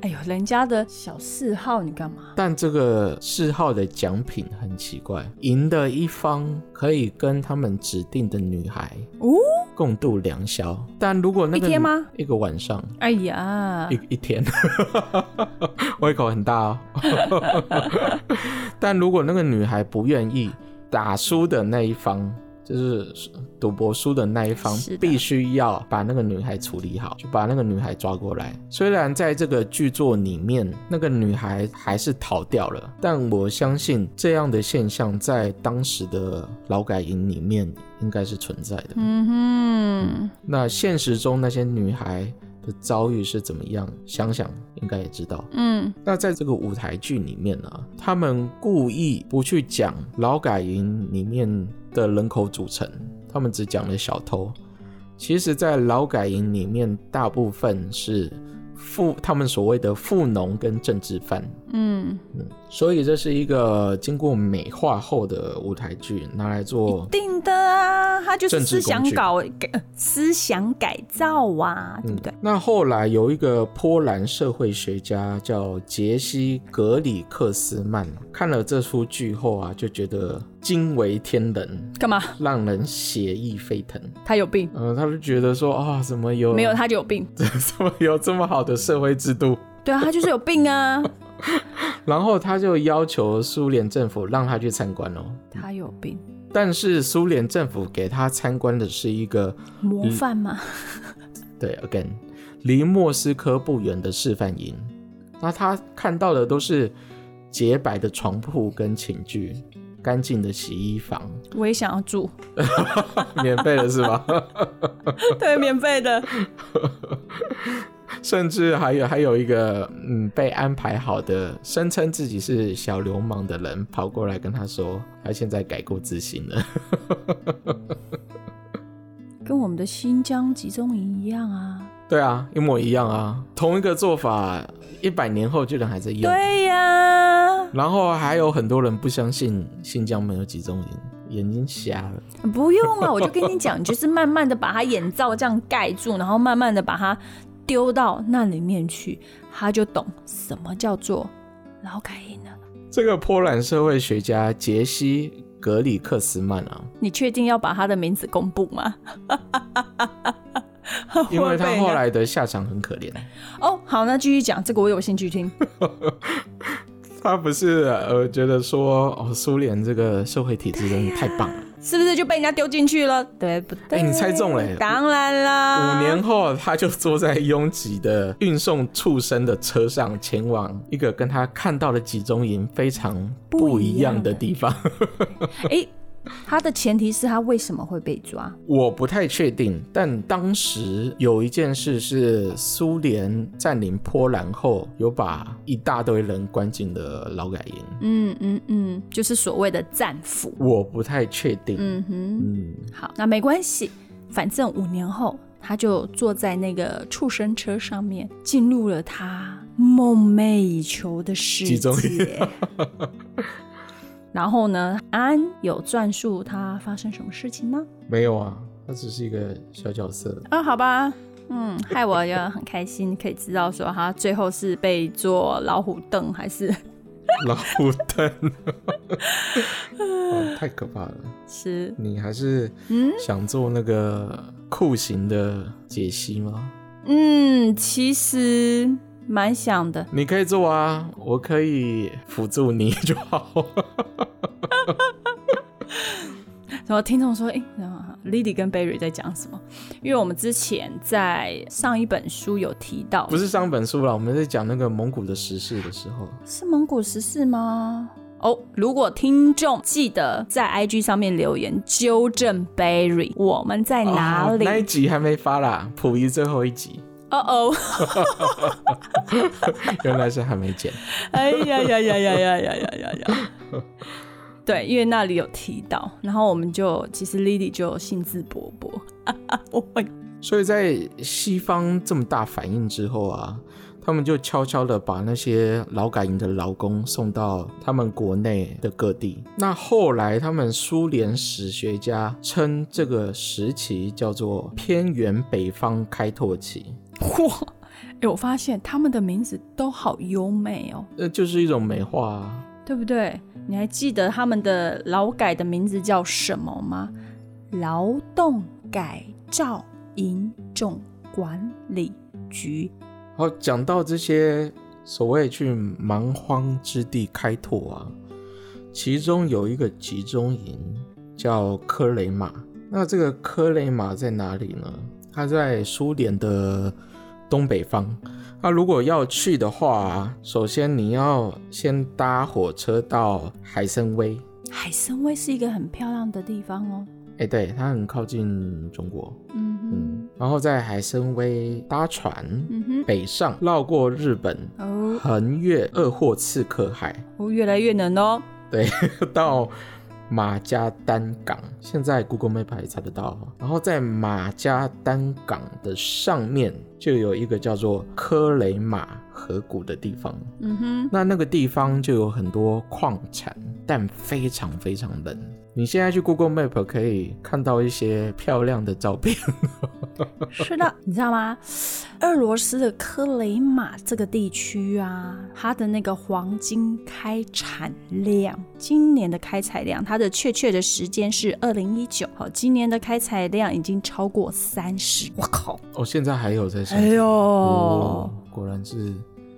S2: 哎呦，人家的小嗜好你干嘛？
S1: 但这个嗜好的奖品很奇怪，赢的一方可以跟他们指定的女孩
S2: 哦，
S1: 共度良宵，但如果那个
S2: 一天吗？
S1: 一个晚上。
S2: 哎呀，
S1: 一一天， 胃口很大哦。 但如果那个女孩不愿意，打输的那一方，就是赌博输的那一方
S2: 是的，
S1: 必须要把那个女孩处理好，就把那个女孩抓过来。虽然在这个剧作里面，那个女孩还是逃掉了，但我相信这样的现象在当时的劳改营里面应该是存在的。
S2: 嗯
S1: 那现实中那些女孩的遭遇是怎么样？想想应该也知道。
S2: 哼，嗯
S1: 那在这个舞台剧里面呢、啊，他们故意不去讲劳改营里面的人口组成，他们只讲了小偷。其实，在劳改营里面，大部分是富，他们所谓的富农跟政治犯。
S2: 嗯，
S1: 所以这是一个经过美化后的舞台剧，拿来做
S2: 定的啊，他就是
S1: 政治
S2: 思想
S1: 工具
S2: 搞改思想改造啊，对不对？
S1: 那后来有一个波兰社会学家叫杰西·格里克斯曼，看了这出剧后啊，就觉得惊为天人，
S2: 干嘛？
S1: 让人血意沸腾。
S2: 他有病？
S1: 呃，他就觉得说啊、怎么有
S2: 没有，他就有病。
S1: 怎么有这么好的社会制度？
S2: 对啊，他就是有 病啊，
S1: 然后他就要求苏联政府让他去参观哦，
S2: 他有病。
S1: 但是苏联政府给他参观的是一个
S2: 模范吗？
S1: 对，again，离莫斯科不远的示范营，那他看到的都是洁白的床铺跟寝具，干净的洗衣房，
S2: 我也想要住，
S1: 免费的是吧？
S2: 对，免费的。
S1: 甚至还有还有一个嗯被安排好的，声称自己是小流氓的人跑过来跟他说，他现在改过自新了。
S2: 跟我们的新疆集中营一样啊。
S1: 对啊，一模一样啊，同一个做法，一百年后居然还在用。
S2: 对呀、
S1: 然后还有很多人不相信新疆没有集中营，眼睛瞎了。
S2: 不用啊，我就跟你讲，你就是慢慢的把它眼罩这样盖住，然后慢慢的把它丢到那里面去，他就懂什么叫做劳改营了。
S1: 这个波兰社会学家杰西·格里克斯曼啊，
S2: 你确定要把他的名字公布吗？
S1: 因为
S2: 我
S1: 他
S2: 被
S1: 后来的下场很可怜，
S2: 哦，好，那继续讲这个，我有兴趣听。
S1: 他不是呃觉得说哦苏联这个社会体制真的太 棒了，
S2: 是不是就被人家丢进去了？对不对？
S1: 哎你猜中了哎
S2: 当然
S1: 五
S2: 啦，
S1: 年后他就坐在拥挤的运送畜生的车上，前往一个跟他看到的集中营非常不一样的地方。
S2: 哎、他的前提是他为什么会被抓？
S1: 我不太确定，但当时有一件事是苏联占领波兰后，有把一大堆人关进了劳改营。
S2: 嗯嗯嗯，就是所谓的战俘。
S1: 我不太确定。
S2: 嗯哼。
S1: 嗯，
S2: 好，那没关系，反正五年后他就坐在那个畜生车上面，进入了他梦寐以求的世
S1: 集中
S2: 界。 然后呢，安有转述他发生什么事情吗？
S1: 没有啊，他只是一个小角色。
S2: 啊，好吧，嗯，害我也很开心，可以知道说他最后是被做老虎凳 还是
S1: 老虎灯、 哦，太可怕了！
S2: 是
S1: 你还是
S2: 嗯
S1: 想做那个酷刑的解析吗？
S2: 嗯，其实蛮想的。
S1: 你可以做啊，我可以辅助你就好。
S2: 然后听众说：“哎、欸、，Lily 跟 Barry 在讲什么？因为我们之前在上一本书有提到，
S1: 不是上本书了，我们在讲那个蒙古的时事的时候，
S2: 是蒙古十四吗？哦，如果听众记得在 IG 上面留言纠正 Barry 我们在哪
S1: 哦
S2: 里。
S1: 那一集还没发啦，溥仪最后一集，
S2: 哦哦，
S1: 原来是还没 剪。
S2: 哎呀呀呀呀呀呀呀呀呀！对，因为那里有提到，然后我们就其实 Lily 就兴致勃勃，我们
S1: 所以在西方这么大反应之后啊，他们就悄悄的把那些劳改营的劳工送到他们国内的各地。那后来，他们苏联史学家称这个时期叫做偏远北方开拓期。
S2: 嚯！哎，我发现他们的名字都好优美哦，
S1: 呃，就是一种美化、啊，
S2: 对不对？你还记得他们的劳改的名字叫什么吗？劳动改造营总管理局。
S1: 好，讲到这些所谓去蛮荒之地开拓啊，其中有一个集中营叫科雷玛。那这个科雷玛在哪里呢？它在苏联的东北方。那如果要去的话，首先你要先搭火车到海参崴。
S2: 海参崴是一个很漂亮的地方哦。
S1: 哎、对，它很靠近中国。
S2: 嗯哼，
S1: 嗯，然后在海参崴搭船
S2: 嗯
S1: 北上，绕过日本，
S2: 哼，哦，
S1: 横越鄂霍次克海，
S2: 我越来越能哦。
S1: 对， 到马加丹港，现在 Google Map 还查得到。然后在马加丹港的上面就有一个叫做科雷玛河谷的地方，
S2: 嗯哼，
S1: 那那个地方就有很多矿产，但非常非常冷。你现在去 Google Map 可以看到一些漂亮的照片，
S2: 是 的，你知道吗？俄罗斯的科雷马这个地区啊，它的那个黄金开产量，今年的开采量，它的确切的时间是二零一九，好，今年的开采量已经超过三十，我靠！
S1: 哦，现在还有在上。
S2: 哎
S1: 哦
S2: 呦，，
S1: 果然是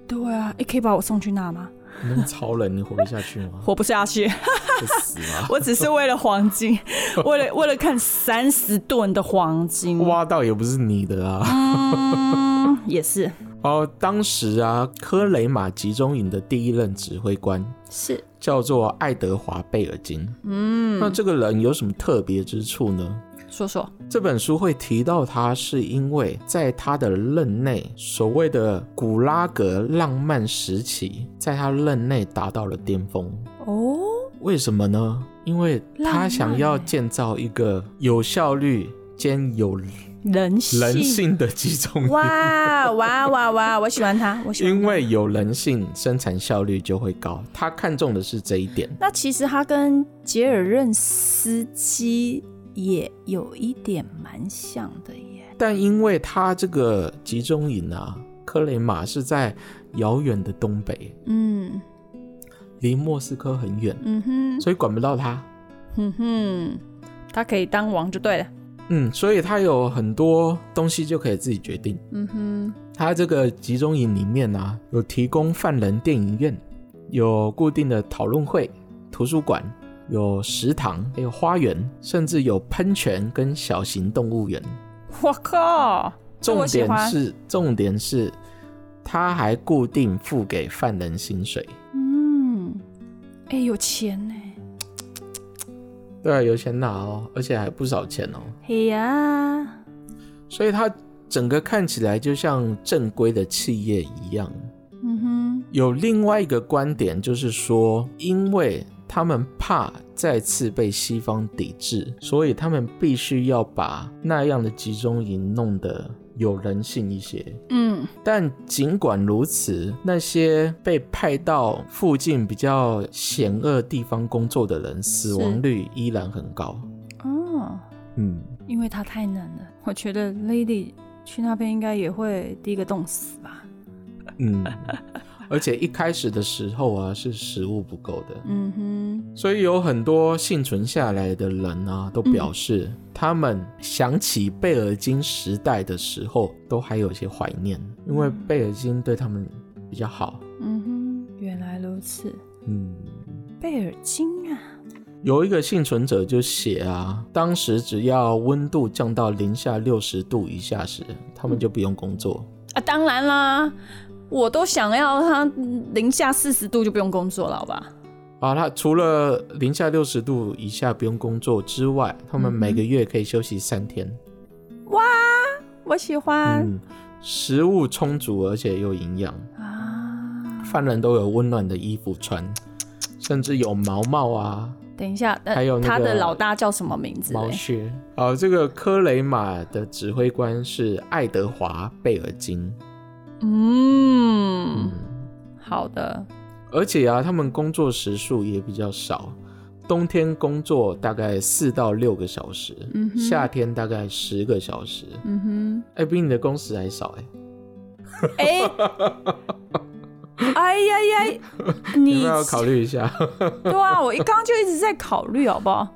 S2: 对啊，你可以把我送去那 吗？
S1: 那么超冷，你活得下去 吗？
S2: 活不下去。
S1: 会死吗？
S2: 我只是为了黄 金，为了为了看三十吨的黄金。
S1: 挖到也不是你的啊。
S2: 嗯，也是
S1: 哦，当时啊，科雷玛集中营的第一任指挥官
S2: 是，
S1: 叫做爱德华·贝尔金。
S2: 嗯，
S1: 那这个人有什么特别之处呢？
S2: 说说，
S1: 这本书会提到他，是因为在他的任内，所谓的古拉格浪漫时期，在他任内达到了巅峰。
S2: 哦，
S1: 为什么呢？因为
S2: 浪
S1: 他
S2: 漫
S1: 想要
S2: 欸
S1: 建造一个有效率兼有
S2: 人性，
S1: 人性的集中营。
S2: 哇哇哇哇，我喜欢他，我喜欢。
S1: 因为有人性，生产效率就会高。他看重的是这一点。
S2: 那其实他跟杰尔任斯基也有一点蛮像的耶。
S1: 但因为他这个集中营啊，科雷玛是在遥远的东北，
S2: 嗯
S1: 离莫斯科很远，
S2: 嗯哼，
S1: 所以管不到他。
S2: 哼哼，他可以当王就对了。
S1: 嗯，所以他有很多东西就可以自己决定。
S2: 嗯哼，
S1: 他这个集中营里面啊，有提供犯人电影院，有固定的讨论会、图书馆，有食堂，还有花园，甚至有喷泉跟小型动物园。
S2: 我靠，这
S1: 重
S2: 我喜
S1: 点
S2: 欢
S1: 是，重点是，他还固定付给犯人薪水。
S2: 嗯，哎、有钱呢。
S1: 对啊，有钱拿哦，而且还不少钱哦。
S2: 嘿呀，
S1: 所以他整个看起来就像正规的企业一样。
S2: 嗯哼，
S1: 有另外一个观点就是说，因为他们怕再次被西方抵制，所以他们必须要把那样的集中营弄得有人性一些。
S2: 嗯，
S1: 但尽管如此，那些被派到附近比较险恶地方工作的人，死亡率依然很高。
S2: 哦，
S1: 嗯，
S2: 因为他太冷了，我觉得 Lady 去那边应该也会第一个冻死吧。
S1: 嗯，而且一开始的时候啊，是食物不够的，
S2: 嗯哼，
S1: 所以有很多幸存下来的人啊，都表示他们想起贝尔金时代的时候，都还有些怀念，因为贝尔金对他们比较好。
S2: 嗯哼，原来如此。
S1: 嗯。
S2: 贝尔金啊，
S1: 有一个幸存者就写啊，当时只要温度降到零下六十度以下时，他们就不用工作。
S2: 啊，当然啦，我都想要他嗯零下四十度就不用工作了，好吧？
S1: 啊，他除了零下六十度以下不用工作之外，他们每个月可以休息三天。
S2: 我喜欢、
S1: 嗯，食物充足而且又营养，
S2: 啊。
S1: 犯人都有温暖的衣服穿，甚至有毛毛啊、
S2: 等一下，呃
S1: 还有那个
S2: 他的老大叫什么名字嘞？
S1: 毛屑。好，这个科雷玛的指挥官是爱德华·贝尔金。
S2: 嗯，
S1: 嗯。
S2: 好的，
S1: 而且啊，他们工作时数也比较少，冬天工作大概四到六个小时，
S2: 嗯哼
S1: 夏天大概十个小时，
S2: 嗯
S1: 哎、比你的工时还少哎、
S2: 哼，哎、 哎呀呀，
S1: 你
S2: 你
S1: 们要考虑一下。
S2: 对啊，我刚刚就一直在考虑，好不好？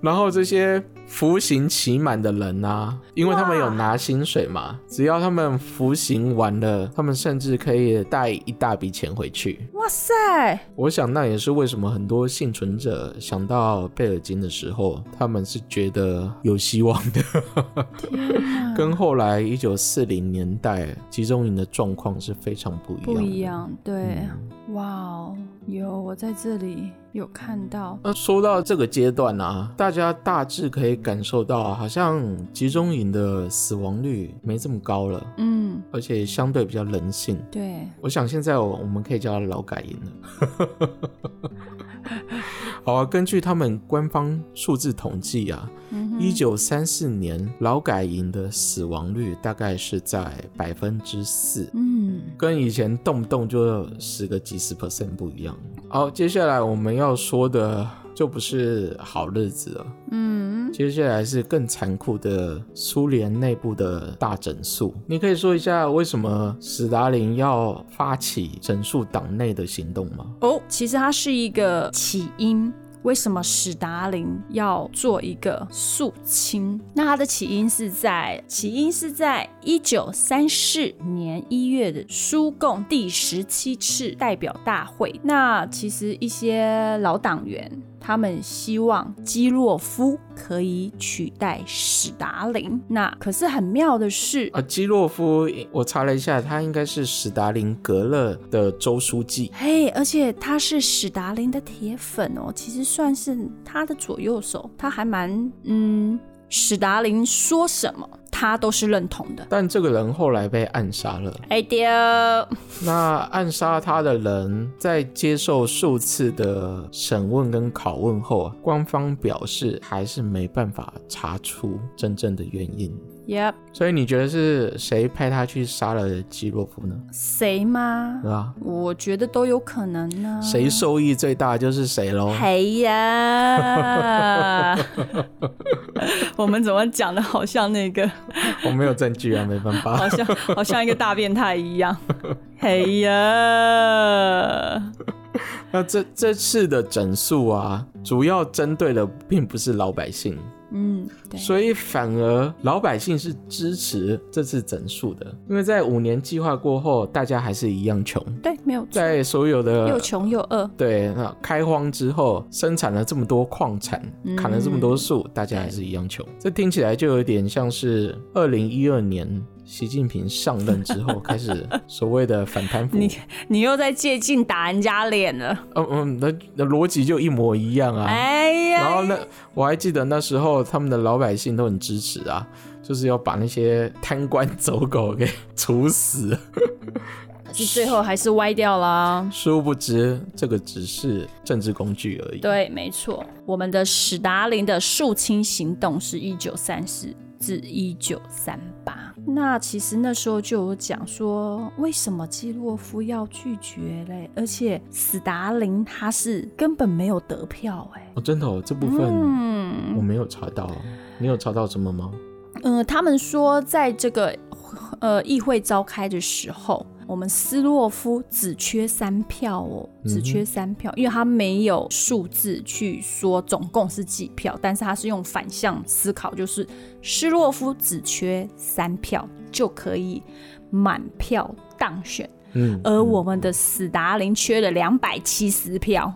S1: 然后这些服刑期满的人啊，因为他们有拿薪水嘛，只要他们服刑完了，他们甚至可以带一大笔钱回去。
S2: 哇塞，
S1: 我想那也是为什么很多幸存者想到贝尔金的时候，他们是觉得有希望的。
S2: 天 哪，
S1: 跟后来一九四零年代集中营的状况是非常不一样的
S2: 不一。样，对，哇哦，有我在这里有看到，
S1: 那呃说到这个阶段啊，大家大致可以感受到啊，好像集中营的死亡率没这么高了，
S2: 嗯，
S1: 而且相对比较人性。
S2: 对，
S1: 我想现在我我们可以叫它劳改营了。 好啊，根据他们官方数字统计啊，
S2: 嗯哼
S1: 一九三四年劳改营的死亡率大概是在百分之四。
S2: 嗯，
S1: 跟以前动不动就十个几十 percent 不一样。好，接下来我们要说的就不是好日子了，
S2: 嗯，
S1: 接下来是更残酷的苏联内部的大整肃。你可以说一下为什么史达林要发起整肃党内的行动吗？
S2: 哦，其实它是一个起因。为什么史达林要做一个肃清？那它的起因是在起因是在一九三四年一月的苏共第十七次代表大会。那其实一些老党员他们希望基洛夫可以取代史达林。那可是很妙的是，
S1: 啊，基洛夫，我查了一下，他应该是史达林格勒的州书记。
S2: 嘿，而且他是史达林的铁粉哦，其实算是他的左右手，他还蛮嗯，史达林说什么他都是认同的。
S1: 但这个人后来被暗杀了。
S2: 哎丢，
S1: 那暗杀他的人在接受数次的审问跟拷问后啊，官方表示还是没办法查出真正的原因。
S2: 耶，
S1: 所以你觉得是谁派他去杀了基洛夫呢？
S2: 谁吗
S1: 对？吧？
S2: 我觉得都有可能呢、
S1: 谁受益最大就是谁喽。
S2: 嘿 呀，我们怎么讲的，好像那个，
S1: 我没有证据啊，没办法
S2: 好。像好像一个大变态一样。嘿呀，
S1: 那这这次的整肃啊，主要针对的并不是老百姓，
S2: 嗯，对，
S1: 所以反而老百姓是支持这次整数的，因为在五年计划过后，大家还是一样穷，
S2: 对，没有错，
S1: 在所有的
S2: 又穷又饿。
S1: 对那开荒之后，生产了这么多矿产，
S2: 嗯
S1: 砍了这么多树，大家还是一样穷。这听起来就有点像是二零一二年习近平上任之后开始所谓的反贪腐，
S2: 你你又在借镜打人家脸了，
S1: 嗯嗯，那那逻辑就一模一样啊。
S2: 哎
S1: 然后
S2: 呀，
S1: 那我还记得那时候他们的老百姓都很支持啊，就是要把那些贪官走狗给处死。
S2: 可是最后还是歪掉啊啦。
S1: 殊不知，这个只是政治工具而已。
S2: 对，没错，我们的史达林的肃清行动是一九三四至一九三八。那其实那时候就有讲说，为什么基洛夫要拒绝嘞？而且史达林他是根本没有得票哎、
S1: 哦，真的、哦，这部分
S2: 嗯
S1: 我没有查到，啊你有查到什么吗？
S2: 呃，他们说在这个呃议会召开的时候，我们斯洛夫只缺三票哦，只缺三票，因为他没有数字去说总共是几票，但是他是用反向思考，就是斯洛夫只缺三票就可以满票当选，
S1: 嗯，
S2: 而我们的斯达林缺了两百七十票，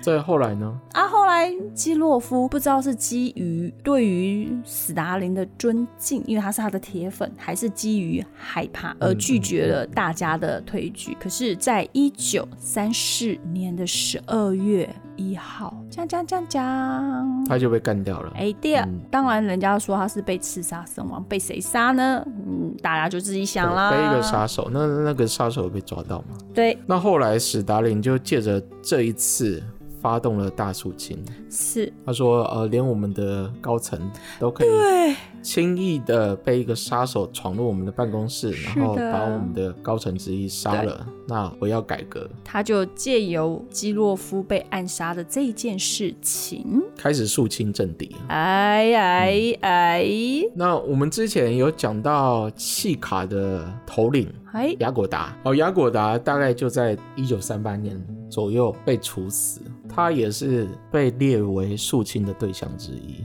S1: 再后来呢？
S2: 啊，后来基洛夫不知道是基于对于斯大林的尊敬，因为他是他的铁粉，还是基于害怕
S1: 嗯
S2: 而拒绝了大家的推举。可是，在一九三四年的十二月一号，讲讲讲讲，
S1: 他就被干掉了。
S2: 嗯哎，第二
S1: 嗯，
S2: 当然人家说他是被刺杀身亡，被谁杀呢？嗯，大家就自己想啦。
S1: 对被一个杀手，那那个杀手有被抓到吗？
S2: 对，
S1: 那后来史达林就借着这一次发动了大肃清，
S2: 是，
S1: 他说：“呃，连我们的高层都可以
S2: 对，
S1: 轻易的被一个杀手闯入我们的办公室，
S2: 是
S1: 然
S2: 的
S1: 后把我们的高层之一杀了。那我要改革，
S2: 他就借由基洛夫被暗杀的这件事情，
S1: 开始肃清政敌。”
S2: 哎哎
S1: 嗯
S2: 哎
S1: 那我们之前有讲到契卡的头领
S2: 哎，
S1: 雅果达，哦，雅果达大概就在一九三八年左右被处死，他也是被列为肃清的对象之一。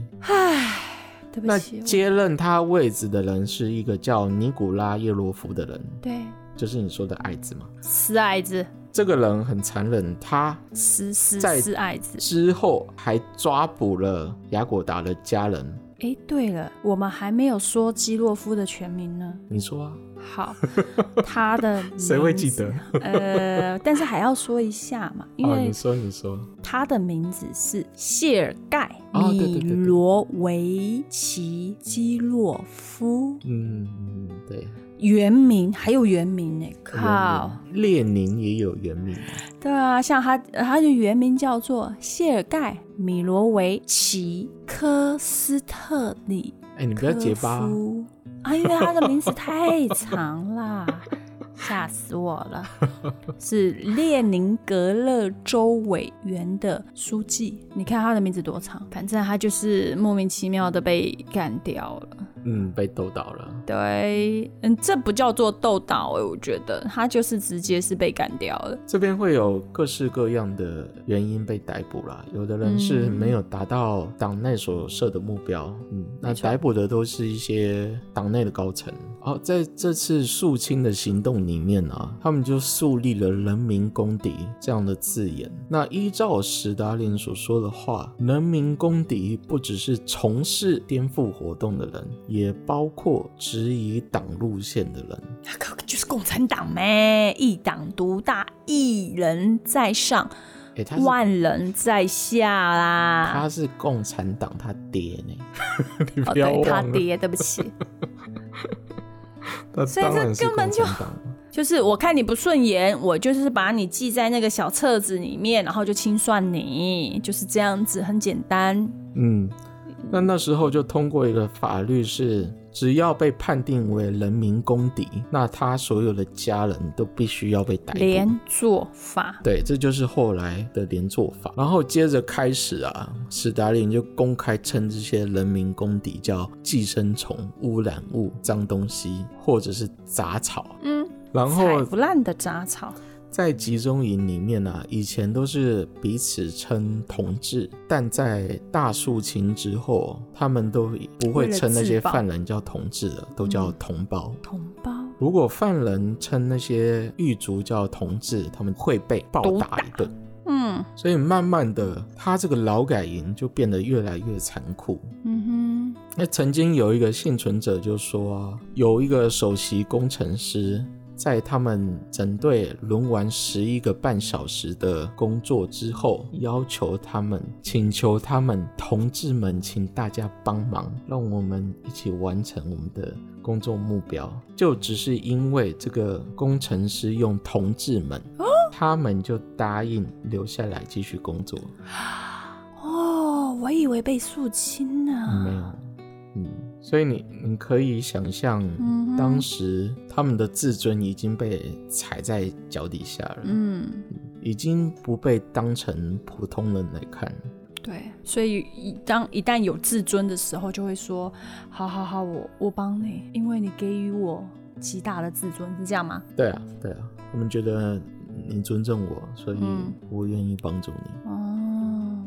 S2: 对不
S1: 那
S2: 起，我
S1: 接任他位置的人是一个叫尼古拉耶罗夫的人，
S2: 对，
S1: 就是你说的爱子嘛。
S2: 死矮子，
S1: 这个人很残忍，他
S2: 死死
S1: 在
S2: 死矮子。
S1: 之后还抓捕了雅果达的家人。
S2: 哎，对了，我们还没有说基洛夫的全名呢。
S1: 你说啊？
S2: 好，他的
S1: 谁会
S2: 名
S1: 记
S2: 字
S1: 得？
S2: 呃，但是还要说一下嘛，因
S1: 哦，
S2: 为
S1: 你说，你说，
S2: 他的名字是谢尔盖
S1: 哦
S2: ·
S1: 对对对
S2: 米
S1: 对
S2: 罗维奇基洛夫，
S1: 嗯，嗯对。
S2: 原名还有原名呢，靠！
S1: 原名，嗯列宁也有原名，
S2: 对啊，像他，呃他的原名叫做谢尔盖·米罗维奇·科斯特里
S1: 哎、你不要
S2: 科
S1: 结巴啊，
S2: 夫啊，因为他的名字太长 啦，吓死我了！是列宁格勒州委员的书记，你看他的名字多长，反正他就是莫名其妙的被干掉了。
S1: 嗯，被斗倒了。
S2: 对，嗯，这不叫做斗倒哎、我觉得他就是直接是被干掉了。
S1: 这边会有各式各样的原因被逮捕啦，有的人是
S2: 嗯
S1: 没有达到党内所设的目标，嗯，那
S2: 没错
S1: 逮捕的都是一些党内的高层。哦，在这次肃清的行动里面啊，他们就树立了“人民公敌”这样的字眼。那依照史达林所说的话，人民公敌不只是从事颠覆活动的人，也包括质疑党路线的人。
S2: 那个就是共产党咩，一党独大，一人在上，
S1: 诶，他是
S2: 万人在下啦。
S1: 他是共产党他爹呢，啊 你
S2: 哦，
S1: 不要
S2: 对他
S1: 忘了，
S2: 爹，对不起，
S1: 他
S2: 所以
S1: 当
S2: 这
S1: 然是
S2: 根
S1: 共
S2: 本就
S1: 产党。啊
S2: 就是我看你不顺眼，我就是把你记在那个小册子里面，然后就清算你，就是这样子，很简单。
S1: 嗯，那那时候就通过一个法律是，只要被判定为人民公敌，那他所有的家人都必须要被逮捕。
S2: 连坐法，
S1: 对，这就是后来的连坐法。然后接着开始啊，史达林就公开称这些人民公敌叫寄生虫、污染物、脏东西，或者是杂草。
S2: 嗯，
S1: 然后
S2: 踩不烂的杂草，
S1: 在集中营里面呢、啊，以前都是彼此称同志，但在大肃清之后，他们都不会称那些犯人叫同志了，都叫同胞。
S2: 同胞
S1: 如果犯人称那些狱卒叫同志，他们会被暴打一顿。
S2: 嗯
S1: 所以慢慢的，他这个劳改营就变得越来越残酷。
S2: 嗯
S1: 那曾经有一个幸存者就说啊，有一个首席工程师在他们整队轮完十一个半小时的工作之后，要求他们，请求他们同志们，请大家帮忙，让我们一起完成我们的工作目标。就只是因为这个工程师用同志们，他们就答应留下来继续工作。
S2: 哼，哦，我以为被肃
S1: 嗯
S2: 清呢
S1: 没，有，嗯，所以你你可以想象
S2: 嗯，哼
S1: 当时他们的自尊已经被踩在脚底下了，
S2: 嗯，
S1: 已经不被当成普通人来看。
S2: 嗯对，所以一当一旦有自尊的时候，就会说，好好好，我我帮你，因为你给予我极大的自尊，是这样吗？
S1: 对啊，对啊，他们觉得你尊重我，所以
S2: 嗯
S1: 我愿意帮助你。
S2: 哦，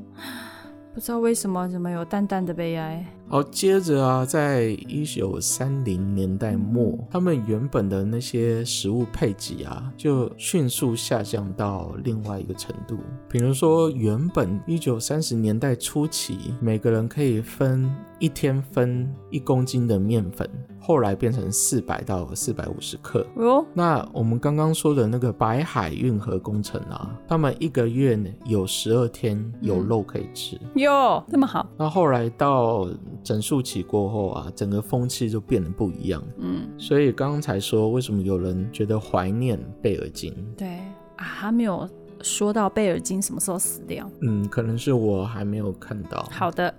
S2: 不知道为什么，怎么有淡淡的悲哀？
S1: 好，接着啊，在一九三零年代末，他们原本的那些食物配给啊，就迅速下降到另外一个程度。比如说，原本一九三十年代初期，每个人可以分一天分一公斤的面粉，后来变成四百到四百五十克。
S2: 哦，
S1: 那我们刚刚说的那个白海运河工程啊，他们一个月呢有十二天有肉可以吃。
S2: 哟，这么好，
S1: 那后来到整肃起过后啊，整个风气就变得不一样。
S2: 嗯，
S1: 所以刚才说，为什么有人觉得怀念贝尔金？
S2: 对啊，还没有说到贝尔金什么时候死掉。
S1: 嗯，可能是我还没有看到。
S2: 好的，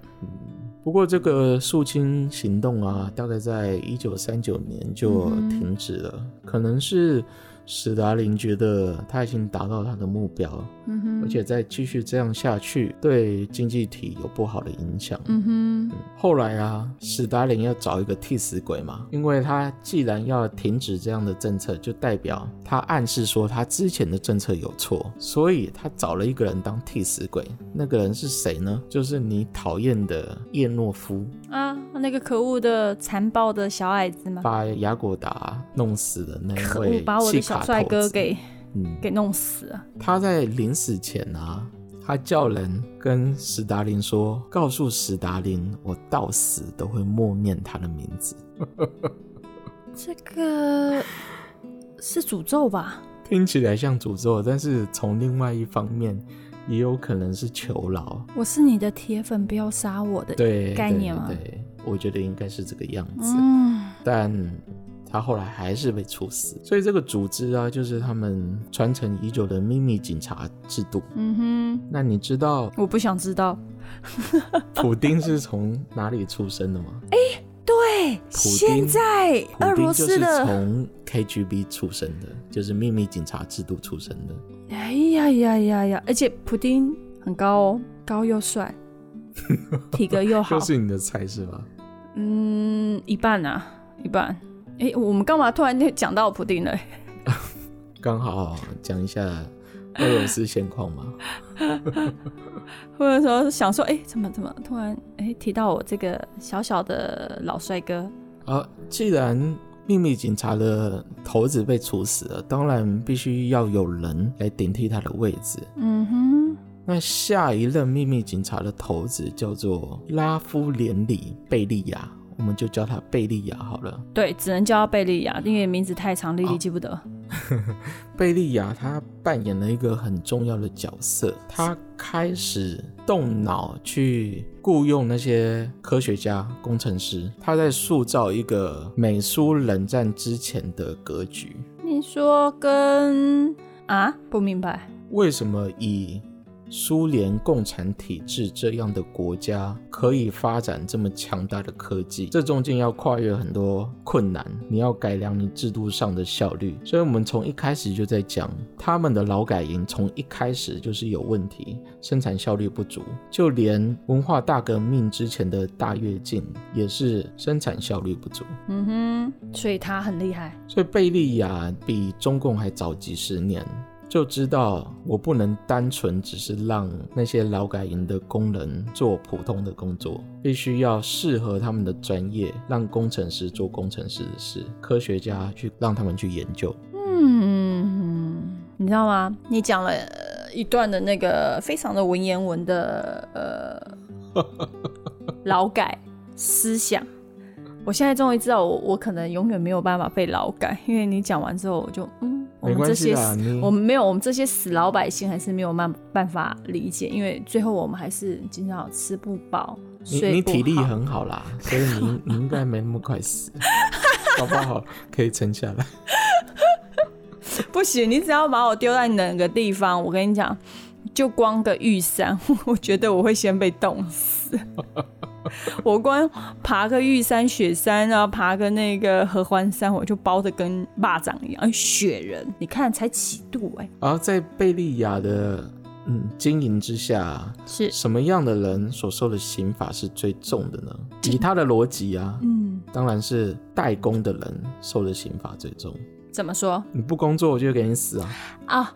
S1: 不过这个肃清行动啊，大概在一九三九年
S2: 嗯
S1: 就停止了，可能是史达林觉得他已经达到他的目标，
S2: 嗯哼，
S1: 而且再继续这样下去，对经济体有不好的影响。
S2: 嗯
S1: 后来啊，史达林要找一个替死鬼嘛，因为他既然要停止这样的政策，就代表他暗示说他之前的政策有错，所以他找了一个人当替死鬼。那个人是谁呢？就是你讨厌的叶诺夫，
S2: 哼，啊，那个可恶的残暴的小矮子吗？
S1: 把雅果达弄死的那一
S2: 可
S1: 位
S2: 恶，把我的
S1: 契
S2: 小
S1: 卡
S2: 帅
S1: 头
S2: 哥
S1: 子
S2: 给
S1: 嗯，
S2: 给弄死了。
S1: 他在临死前啊，他叫人跟史达林说：“告诉史达林，我到死都会默念他的名字。”
S2: 这个是诅咒吧？
S1: 听起来像诅咒，但是从另外一方面，也有可能是求饶。
S2: 我是你的铁粉，不要杀我的。，
S1: 对，
S2: 概念吗
S1: 对，对我觉得应该是这个样子。
S2: 嗯，
S1: 但他后来还是被处死，所以这个组织啊，就是他们传承已久的秘密警察制度。
S2: 嗯
S1: 那你知道
S2: 哼，我不想知道。
S1: 普丁是从哪里出生的 吗？
S2: 对，
S1: 普丁
S2: 哎现在
S1: 普
S2: 哎俄罗
S1: 丁就
S2: 斯
S1: 是
S2: 的，
S1: 从 KGB 出生的，就是秘密警察制度出生的。
S2: 哎呀呀呀呀！而且普丁很高哦，高 又帅，体格又好
S1: 就。是你的菜是吧？
S2: 嗯，一半啊，一半。哎，我们干嘛突然就讲到普丁了？
S1: 刚好讲一下俄罗斯现况嘛。
S2: 或者说想说，哎，怎么怎么突然哎提到我这个小小的老帅哥？
S1: 啊，既然秘密警察的头子被处死了，当然必须要有人来顶替他的位置。
S2: 嗯哼。
S1: 那下一任秘密警察的头子叫做拉夫连里贝利亚，我们就叫他贝利亚好了。
S2: 对，只能叫她贝利亚，因为名字太长，丽丽记不得。
S1: 贝利亚他扮演了一个很重要的角色，他开始动脑去雇佣那些科学家、工程师，他在塑造一个美苏冷战之前的格局。
S2: 你说跟啊？不明白。
S1: 为什么以苏联共产体制这样的国家可以发展这么强大的科技？这中间要跨越很多困难，你要改良你制度上的效率。所以，我们从一开始就在讲，他们的劳改营从一开始就是有问题，生产效率不足，就连文化大革命之前的大跃进也是生产效率不足。
S2: 嗯哼，所以他很厉害。
S1: 所以贝利亚比中共还早几十年，就知道我不能单纯只是让那些劳改营的工人做普通的工作，必须要适合他们的专业，让工程师做工程师的事，科学家去让他们去研究。
S2: 嗯，你知道吗？你讲了、呃一段的那个非常的文言文的呃 劳改思想。我现在终于知道我，我可能永远没有办法被劳改， 因为你讲完之后，我就嗯，我
S1: 没
S2: 们这
S1: 关系
S2: 些
S1: 啦，你
S2: 我们没有，我们这些死老百姓还是没有办办法理解，因为最后我们还是经常吃不饱，
S1: 你
S2: 睡
S1: 你
S2: 不
S1: 体力
S2: 好
S1: 很好啦，所以你你应该没那么快死，搞不好可以撑下来。
S2: 不行，你只要把我丢在哪个地方，我跟你讲，就光个玉山， 我觉得我会先被冻死。 我光爬个玉山、雪山啊，爬个那个合欢山，我就包的跟蚂蚱一样。哎雪人，你看才几度哎、
S1: 然后在贝利亚的嗯经营之下，
S2: 是，
S1: 什么样的人所受的刑罚是最重的呢？以他的逻辑啊，
S2: 嗯，
S1: 当然是代工的人受的刑罚最重。
S2: 怎么说
S1: 你不工作，我就给你死啊！
S2: 啊？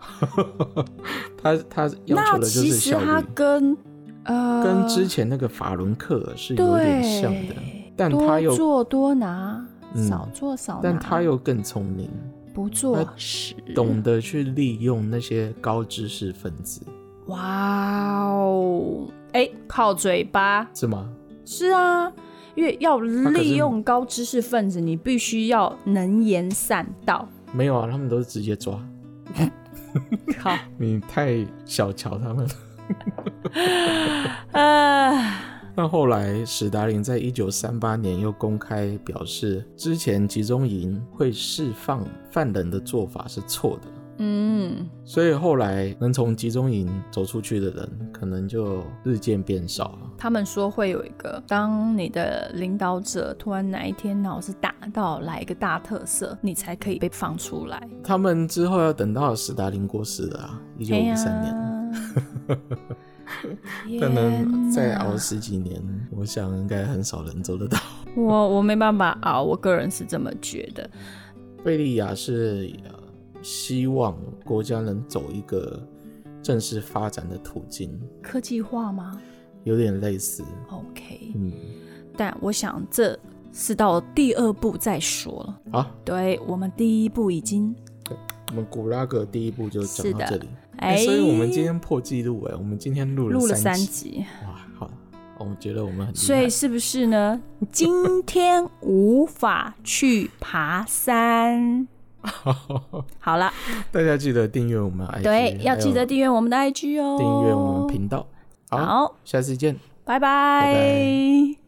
S1: 他他要
S2: 那
S1: 求的就
S2: 其
S1: 是
S2: 实
S1: 效
S2: 它
S1: 率。
S2: 跟呃，
S1: 跟之前那个法伦克尔是有点
S2: 对
S1: 像的，但他
S2: 多
S1: 又
S2: 做多拿，
S1: 嗯
S2: 少做少拿，
S1: 但他又更聪明，
S2: 不做实，
S1: 懂得去利用那些高知识分子，
S2: 哇哦，哎，靠嘴巴，
S1: 是吗？
S2: 是啊，因为要
S1: 可是
S2: 利用高知识分子，你必须要能言善 道。
S1: 没有啊，他们都是直接抓，
S2: 好，
S1: 你太小瞧他们了。
S2: 呃，
S1: 那后来，史达林在一九三八年又公开表示，之前集中营会释放犯人的做法是错的，
S2: 嗯，
S1: 所以后来能从集中营走出去的人，可能就日渐变少了。
S2: 他们说会有一个，当你的领导者突然哪一天脑子打到来一个大特色，你才可以被放出来。
S1: 他们之后要等到史达林过世了啊，一九
S2: 哎
S1: 五
S2: 呀
S1: 三年，，可
S2: 天
S1: 能再
S2: 哪
S1: 熬十几年，我想应该很少人做得到。
S2: 我我没办法熬，我个人是这么觉得。
S1: 贝利亚是呃希望国家能走一个正式发展的途径，
S2: 科技化吗
S1: 有点类似。
S2: ？OK，
S1: 嗯，
S2: 但我想这是到第二步再说了。
S1: 嗯好，
S2: 对我们第一步已经，
S1: 我们古拉格第一部就讲到
S2: 是的
S1: 这里。
S2: 哎、
S1: 所以我们今天破纪录哎，我们今天录
S2: 录了
S1: 三
S2: 三
S1: 集，嗯
S2: 集，
S1: 哇，好，哦我觉得我们很厉害
S2: 所以是不是呢？今天无法去爬山。好了，
S1: 大家记得订阅我们 IG，
S2: 对，要记得
S1: 订
S2: 订阅我们的 IG 哦，
S1: 阅我们频道。好，
S2: 好，
S1: 下次见。拜
S2: 拜拜